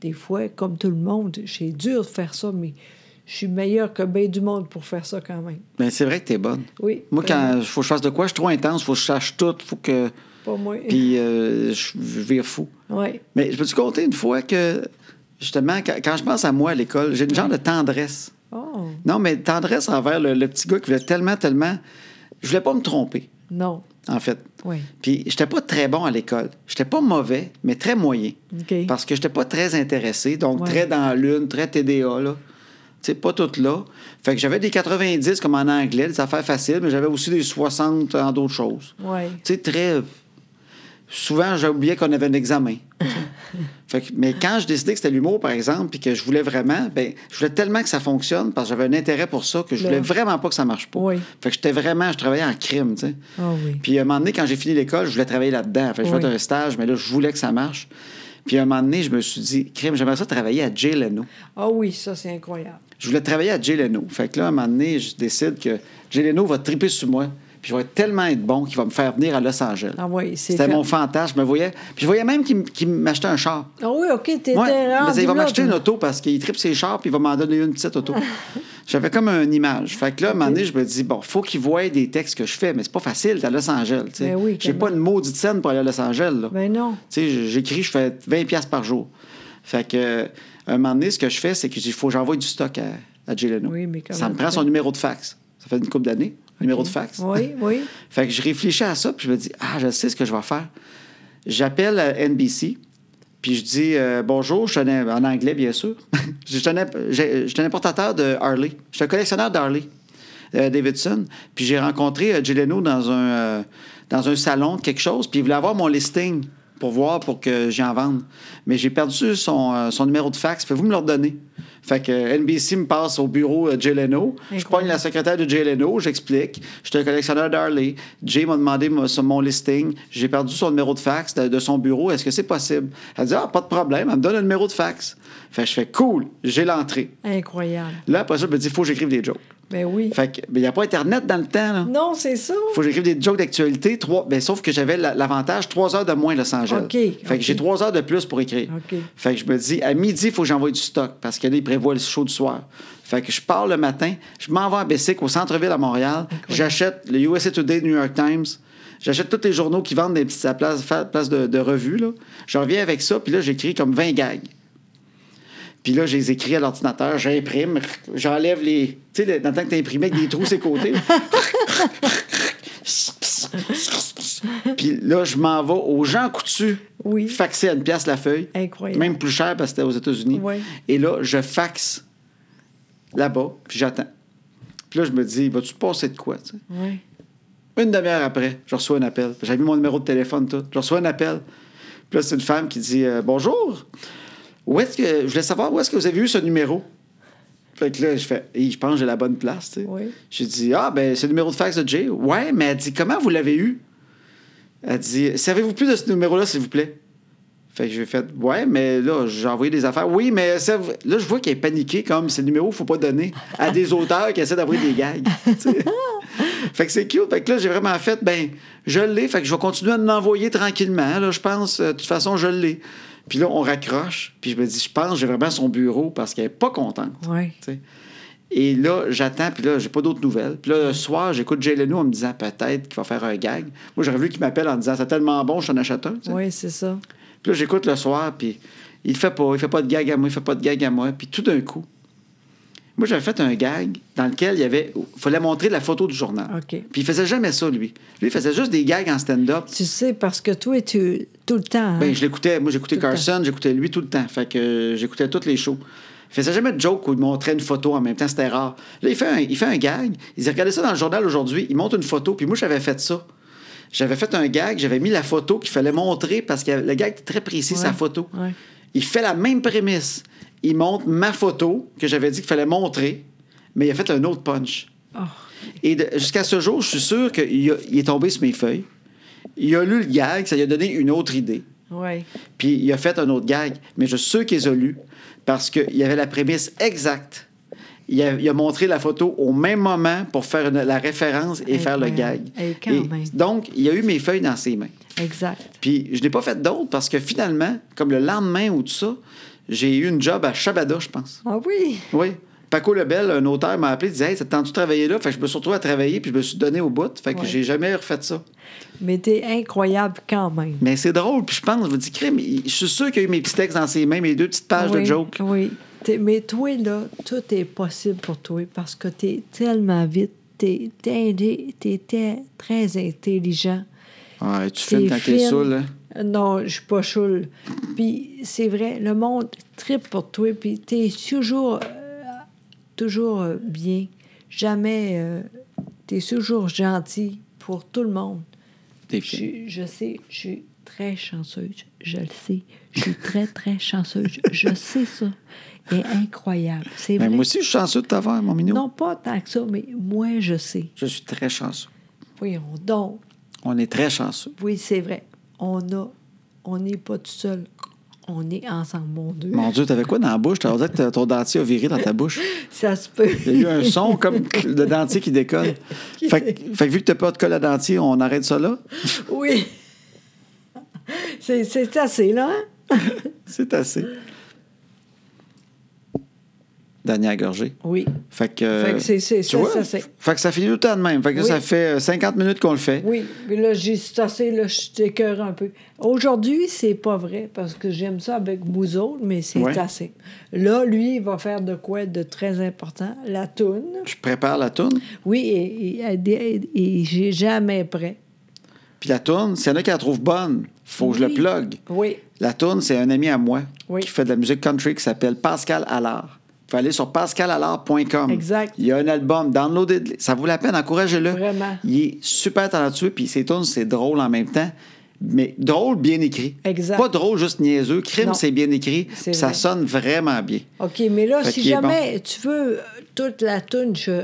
Speaker 1: Des fois, comme tout le monde, c'est dur de faire ça, mais je suis meilleure que bien du monde pour faire ça quand même.
Speaker 2: Ben, c'est vrai que t'es bonne.
Speaker 1: Oui.
Speaker 2: Moi,
Speaker 1: vraiment,
Speaker 2: quand il faut que je fasse de quoi, je suis trop intense, faut que je sache tout, faut que.
Speaker 1: Pas moi.
Speaker 2: Puis euh, je je vire fou.
Speaker 1: Oui.
Speaker 2: Mais je peux-tu compter une fois que, justement, quand, quand je pense à moi à l'école, j'ai une genre de tendresse.
Speaker 1: Oh,
Speaker 2: Non, mais tendresse envers le, le petit gars qui voulait tellement, tellement. Je voulais pas me tromper,
Speaker 1: non.
Speaker 2: en fait.
Speaker 1: Oui.
Speaker 2: Puis j'étais pas très bon à l'école. J'étais pas mauvais, mais très moyen.
Speaker 1: OK.
Speaker 2: Parce que j'étais pas très intéressé, donc
Speaker 1: Ouais.
Speaker 2: très dans la l'une, très TDA, là. Tu sais, pas tout là. Fait que j'avais des 90 comme en anglais, des affaires faciles, mais j'avais aussi des 60 en d'autres choses.
Speaker 1: Oui.
Speaker 2: Tu sais, très. Souvent, j'oubliais qu'on avait un examen. Fait que- mais quand je décidais que c'était l'humour, par exemple, puis que je voulais vraiment, ben, je voulais tellement que ça fonctionne parce que j'avais un intérêt pour ça que je voulais
Speaker 1: Là.
Speaker 2: vraiment pas que ça marche pas.
Speaker 1: Ben Oui.
Speaker 2: Fait que j'étais vraiment, je travaillais en crime, tu sais.
Speaker 1: Ah oui.
Speaker 2: Puis à un moment donné, quand j'ai fini l'école, je voulais travailler là-dedans. Fait que je
Speaker 1: Oui.
Speaker 2: faisais un stage, mais là, je voulais que ça marche. Puis à un moment donné, je me suis dit, crime, j'aimerais ça travailler à Jay Leno.
Speaker 1: Ah oui, ça, c'est incroyable.
Speaker 2: Je voulais travailler à Jay Leno. Fait que là, à un moment donné, je décide que Jay Leno va triper sur moi. Puis je vais tellement être bon qu'il va me faire venir à Los Angeles.
Speaker 1: Ah oui, c'est
Speaker 2: C'était
Speaker 1: fait.
Speaker 2: mon fantasme. Je me voyais. Puis je voyais même qu'il m- qu'il m'achetait un char.
Speaker 1: Ah oui, OK, t'étais
Speaker 2: Ouais, mais
Speaker 1: rendu
Speaker 2: il va
Speaker 1: là,
Speaker 2: m'acheter
Speaker 1: puis-
Speaker 2: une auto parce qu'il tripe ses chars puis il va m'en donner une petite auto. J'avais comme une image. Fait que là, à un moment donné, je me dis, bon, faut qu'il voie des textes que je fais, mais c'est pas facile, t'es à Los Angeles. tu sais.
Speaker 1: Ben oui,
Speaker 2: J'ai
Speaker 1: tellement.
Speaker 2: pas une maudite scène pour aller à Los Angeles. là.
Speaker 1: Ben non.
Speaker 2: Tu sais, j- j'écris, je fais 20 pièces par jour. Fait que, euh, à un moment donné, ce que je fais, c'est que il faut que j'envoie du stock à, à Jay Leno.
Speaker 1: Oui, mais comment
Speaker 2: Ça me
Speaker 1: tu
Speaker 2: prend
Speaker 1: fais?
Speaker 2: son numéro de fax. Ça fait une couple d'années, numéro de fax.
Speaker 1: Oui, oui.
Speaker 2: Fait que je réfléchis à ça, puis je me dis, ah, je sais ce que je vais faire. J'appelle euh, à NBC, puis je dis, euh, bonjour, je suis un- en anglais, bien sûr. je suis un imp- j'ai- je suis un importateur de Harley. Je suis un collectionneur d'Harley euh, Davidson. Puis j'ai rencontré euh, Jay Leno dans un, euh, dans un salon de quelque chose, puis il voulait avoir mon listing pour voir, pour que j'en vende. Mais j'ai perdu son, euh, son numéro de fax. Fait vous me le redonner. Fait que euh, NBC me passe au bureau euh, Jay Leno. Je
Speaker 1: Incroyable.
Speaker 2: pogne la secrétaire de Jay Leno, j'explique. J'étais un collectionneur d'Harley. Jay m'a demandé mon- sur mon listing. J'ai perdu son numéro de fax de, de son bureau. Est-ce que c'est possible? Elle dit Ah, pas de problème. Elle me donne un numéro de fax. Fait que je fais Cool, j'ai l'entrée.
Speaker 1: Incroyable.
Speaker 2: Là, après ça, je me dis Faut que j'écrive des jokes.
Speaker 1: Ben oui.
Speaker 2: Fait que, mais il n'y a pas Internet dans le temps, là.
Speaker 1: Non, c'est ça.
Speaker 2: Faut que j'écrive des jokes d'actualité, trois, ben, sauf que j'avais la- l'avantage, trois heures de moins Los Angeles.
Speaker 1: OK,
Speaker 2: Fait
Speaker 1: OK.
Speaker 2: que j'ai trois heures de plus pour écrire.
Speaker 1: OK.
Speaker 2: Fait que je me dis, à midi, il faut que j'envoie du stock parce que là, ils prévoient le show du soir. Fait que je pars le matin, je m'en vais à Bessic, au centre-ville à Montréal. J'achète le USA Today, New York Times. J'achète tous les journaux qui vendent des petites à place, fa- place de, de revues. Là. Je reviens avec ça, puis là, j'écris comme 20 gags. Puis là, je les écris à l'ordinateur, j'imprime, j'enlève les. Tu sais, le- dans le temps que t'imprimais avec des trous ses côtés. là. Puis là, je m'en vais aux gens coutus.
Speaker 1: Oui.
Speaker 2: Faxer à une pièce la feuille.
Speaker 1: Incroyable.
Speaker 2: Même plus cher parce que c'était aux États-Unis.
Speaker 1: Ouais.
Speaker 2: Et là, je faxe là-bas, puis j'attends. Puis là, je me dis, vas-tu passer de quoi? tu sais?
Speaker 1: Oui.
Speaker 2: Une demi-heure après, je reçois un appel. J'avais mis mon numéro de téléphone, tout. Je reçois un appel. Puis là, c'est une femme qui dit euh, Bonjour, où est-ce que. Je voulais savoir où est-ce que vous avez eu ce numéro. Fait que là, je fais Hey, Je pense que j'ai la bonne place, tu sais.
Speaker 1: Oui.
Speaker 2: J'ai dit Ah, ben, c'est le numéro de fax de Jay. Ouais, mais elle dit Comment vous l'avez eu Elle dit Servez-vous plus de ce numéro-là, s'il vous plaît. Fait que j'ai fait Ouais, mais là, j'ai envoyé des affaires. Oui, mais ça- là, je vois qu'elle est paniquée, comme c'est le numéro qu'il faut pas donner à des auteurs qui essaient d'envoyer des gags. tu sais. Fait que c'est cute. Fait que là, j'ai vraiment fait, ben, je l'ai. Fait que je vais continuer à l'envoyer tranquillement. Là, je pense, euh, de toute façon, je l'ai. Puis là, on raccroche. Puis je me dis, je pense, que j'ai vraiment son bureau parce qu'elle est pas contente.
Speaker 1: Oui.
Speaker 2: tu sais. Et là, j'attends, puis là, j'ai pas d'autres nouvelles. Puis là, le soir, j'écoute Jay Leno en me disant peut-être qu'il va faire un gag. Moi, j'aurais voulu qu'il m'appelle en disant c'est tellement bon, je t'en achète un. tu sais.
Speaker 1: Oui, c'est ça.
Speaker 2: Puis là, j'écoute le soir, puis il fait pas, il fait pas de gag à moi, il fait pas de gag à moi. Puis tout d'un coup, moi, j'avais fait un gag dans lequel il y avait, fallait montrer la photo du journal.
Speaker 1: OK.
Speaker 2: Puis il faisait jamais ça, lui. Lui, il faisait juste des gags en stand-up.
Speaker 1: Tu sais, parce que toi, tu tout le temps. hein?
Speaker 2: Ben, je l'écoutais, moi, j'écoutais
Speaker 1: Tout le
Speaker 2: Carson, j'écoutais lui tout le temps. Fait que euh, j'écoutais toutes les shows. Il faisait jamais de joke où il montrait une photo en même temps, c'était rare. Là, il fait un, il fait un gag. Il dit Regardez ça dans le journal aujourd'hui, il monte une photo, puis moi, j'avais fait ça. J'avais fait un gag, j'avais mis la photo qu'il fallait montrer parce que le gag était très précis,
Speaker 1: Ouais,
Speaker 2: sa photo.
Speaker 1: ouais.
Speaker 2: Il fait la même prémisse. Il monte ma photo que j'avais dit qu'il fallait montrer, mais il a fait un autre punch.
Speaker 1: Oh,
Speaker 2: Et de- jusqu'à ce jour, je suis sûr qu'il a- il est tombé sur mes feuilles. Il a lu le gag, ça lui a donné une autre idée.
Speaker 1: oui.
Speaker 2: Puis il a fait un autre gag, mais je suis sûr qu'ils ont lu parce qu'il y avait la prémisse exacte. Il a, il a montré la photo au même moment pour faire une- la référence et faire le gag.
Speaker 1: Incroyable. Eh, quand même.
Speaker 2: donc, il a eu mes feuilles dans ses mains.
Speaker 1: Exact.
Speaker 2: Puis je n'ai pas fait d'autres parce que finalement, comme le lendemain ou tout ça, j'ai eu une job à Shabada, je pense.
Speaker 1: Ah oui.
Speaker 2: Oui. Paco Lebel, un auteur, m'a appelé, disait Hey, ça te tente-tu de travailler là Fait que je me suis retrouvé à travailler, puis je me suis donné au bout. Fait que
Speaker 1: Ouais.
Speaker 2: j'ai jamais refait ça.
Speaker 1: Mais t'es incroyable quand même.
Speaker 2: Mais c'est drôle, puis je pense, je vous dis, crime, il- je suis sûr qu'il y a eu mes petits textes dans ses mains, mes deux petites pages de
Speaker 1: Oui,
Speaker 2: jokes.
Speaker 1: Oui. T'es- mais toi, là, tout est possible pour toi parce que tu es tellement vite. Tu étais très intelligent.
Speaker 2: Ouais, tu
Speaker 1: T'es
Speaker 2: filmes quand t'es
Speaker 1: fine.
Speaker 2: saoul, hein?
Speaker 1: Non, je suis pas choule. Puis c'est vrai, le monde tripe pour toi. Puis tu es toujours, euh, toujours euh, bien. Jamais. euh, tu es toujours gentil pour tout le monde.
Speaker 2: T'es fine.
Speaker 1: Je, je sais, je suis
Speaker 3: très chanceuse, je le sais. Je suis très, très chanceuse. Je sais ça. Et incroyable. C'est
Speaker 2: Mais
Speaker 3: vrai.
Speaker 2: moi aussi, je suis chanceux de t'avoir, mon minou.
Speaker 3: non, pas tant que ça, mais moi, je sais.
Speaker 2: Je suis très chanceux.
Speaker 3: Voyons donc.
Speaker 2: On est très chanceux.
Speaker 3: Oui, c'est vrai. On a, on n'est pas tout seul. On est ensemble, mon Dieu.
Speaker 2: Mon Dieu, t'avais quoi dans la bouche? T'as dit que ton dentier a viré dans ta bouche.
Speaker 3: Ça se peut.
Speaker 2: Il y a eu un son comme le dentier qui décolle. Fait, que- fait que vu que t'as pas de colle à dentier, on arrête ça là.
Speaker 1: Oui. c'est, c'est assez, là. hein?
Speaker 2: C'est assez. Dernière gorgée.
Speaker 1: Oui.
Speaker 2: Fait que.
Speaker 1: Fait que c'est- c'est-
Speaker 2: tu
Speaker 1: ça,
Speaker 2: vois?
Speaker 1: ça, c'est-
Speaker 2: Fait que ça finit tout le temps de même. Fait que là,
Speaker 1: Oui.
Speaker 2: ça fait euh, 50 minutes qu'on le fait.
Speaker 1: Oui. Mais là, j'ai c'est assez, là, je t'écœure un peu. Aujourd'hui, c'est pas vrai, parce que j'aime ça avec vous autres, mais c'est
Speaker 2: Ouais.
Speaker 1: assez. Là, lui, il va faire de quoi de très important? La toune.
Speaker 2: Je prépare la tourne.
Speaker 1: Oui, et, et- et- et j'ai jamais prêt.
Speaker 2: Puis la tourne, s'il y en a qui la trouvent bonne, faut que je le
Speaker 3: Oui.
Speaker 2: plug.
Speaker 1: Oui.
Speaker 2: La tourne, c'est un ami à moi
Speaker 1: Oui.
Speaker 2: qui fait de la musique country qui s'appelle Pascal Allard. Vous pouvez aller sur pascalallard.com.
Speaker 1: Exact.
Speaker 2: Il y a un album, downloadez Ça vaut la peine, encouragez-le.
Speaker 1: Vraiment.
Speaker 2: Il est super talentueux, puis ses tunes, c'est drôle en même temps. Mais drôle, bien écrit.
Speaker 1: Exact.
Speaker 2: Pas drôle, juste niaiseux.
Speaker 1: Non.
Speaker 2: Crime, c'est bien écrit.
Speaker 1: C'est
Speaker 2: puis ça
Speaker 1: vrai.
Speaker 2: sonne vraiment bien.
Speaker 1: OK, mais là,
Speaker 2: Fait
Speaker 1: si
Speaker 2: qu'il est
Speaker 1: jamais tu veux euh, toute la toune, je...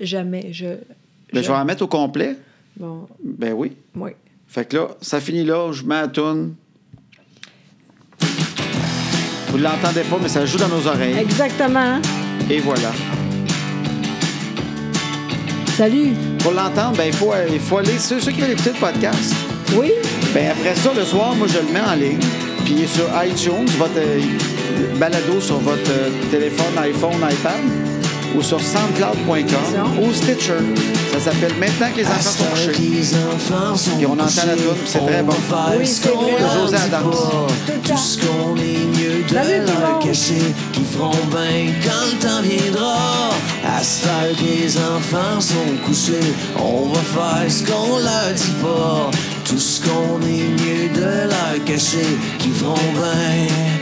Speaker 1: Jamais, je...
Speaker 2: Ben,
Speaker 1: je-
Speaker 2: Je vais en mettre au complet.
Speaker 1: Bon,
Speaker 2: Ben oui.
Speaker 1: oui.
Speaker 2: Fait que là, ça finit là, je mets la toune. Vous ne l'entendez pas, mais ça joue dans nos oreilles.
Speaker 1: Exactement. hein.
Speaker 2: Et voilà.
Speaker 1: Salut.
Speaker 2: Pour l'entendre, ben, il faut, il faut aller. Ceux, ceux qui veulent écouter le podcast,
Speaker 1: Oui,
Speaker 2: ben, après ça, le soir, moi, je le mets en ligne. Puis il est sur iTunes, votre euh, balado sur votre euh, téléphone, iPhone, iPad, ou sur soundcloud.com, ou Stitcher. Ça s'appelle Maintenant que les
Speaker 4: Ah,
Speaker 2: enfants sont couchés.
Speaker 4: Et on entend la toune, c'est très bon.
Speaker 1: Oui, c'est vrai.
Speaker 4: De José Adams.
Speaker 1: Tout le temps.
Speaker 4: qu'on est mieux de
Speaker 1: Salut tout le
Speaker 4: leur
Speaker 1: monde.
Speaker 4: cacher, qui feront bien quand le temps viendra. À cette heure que les enfants sont couchés, on va faire ce qu'on leur dit pas. Tout ce qu'on est mieux de leur cacher, qui feront bien.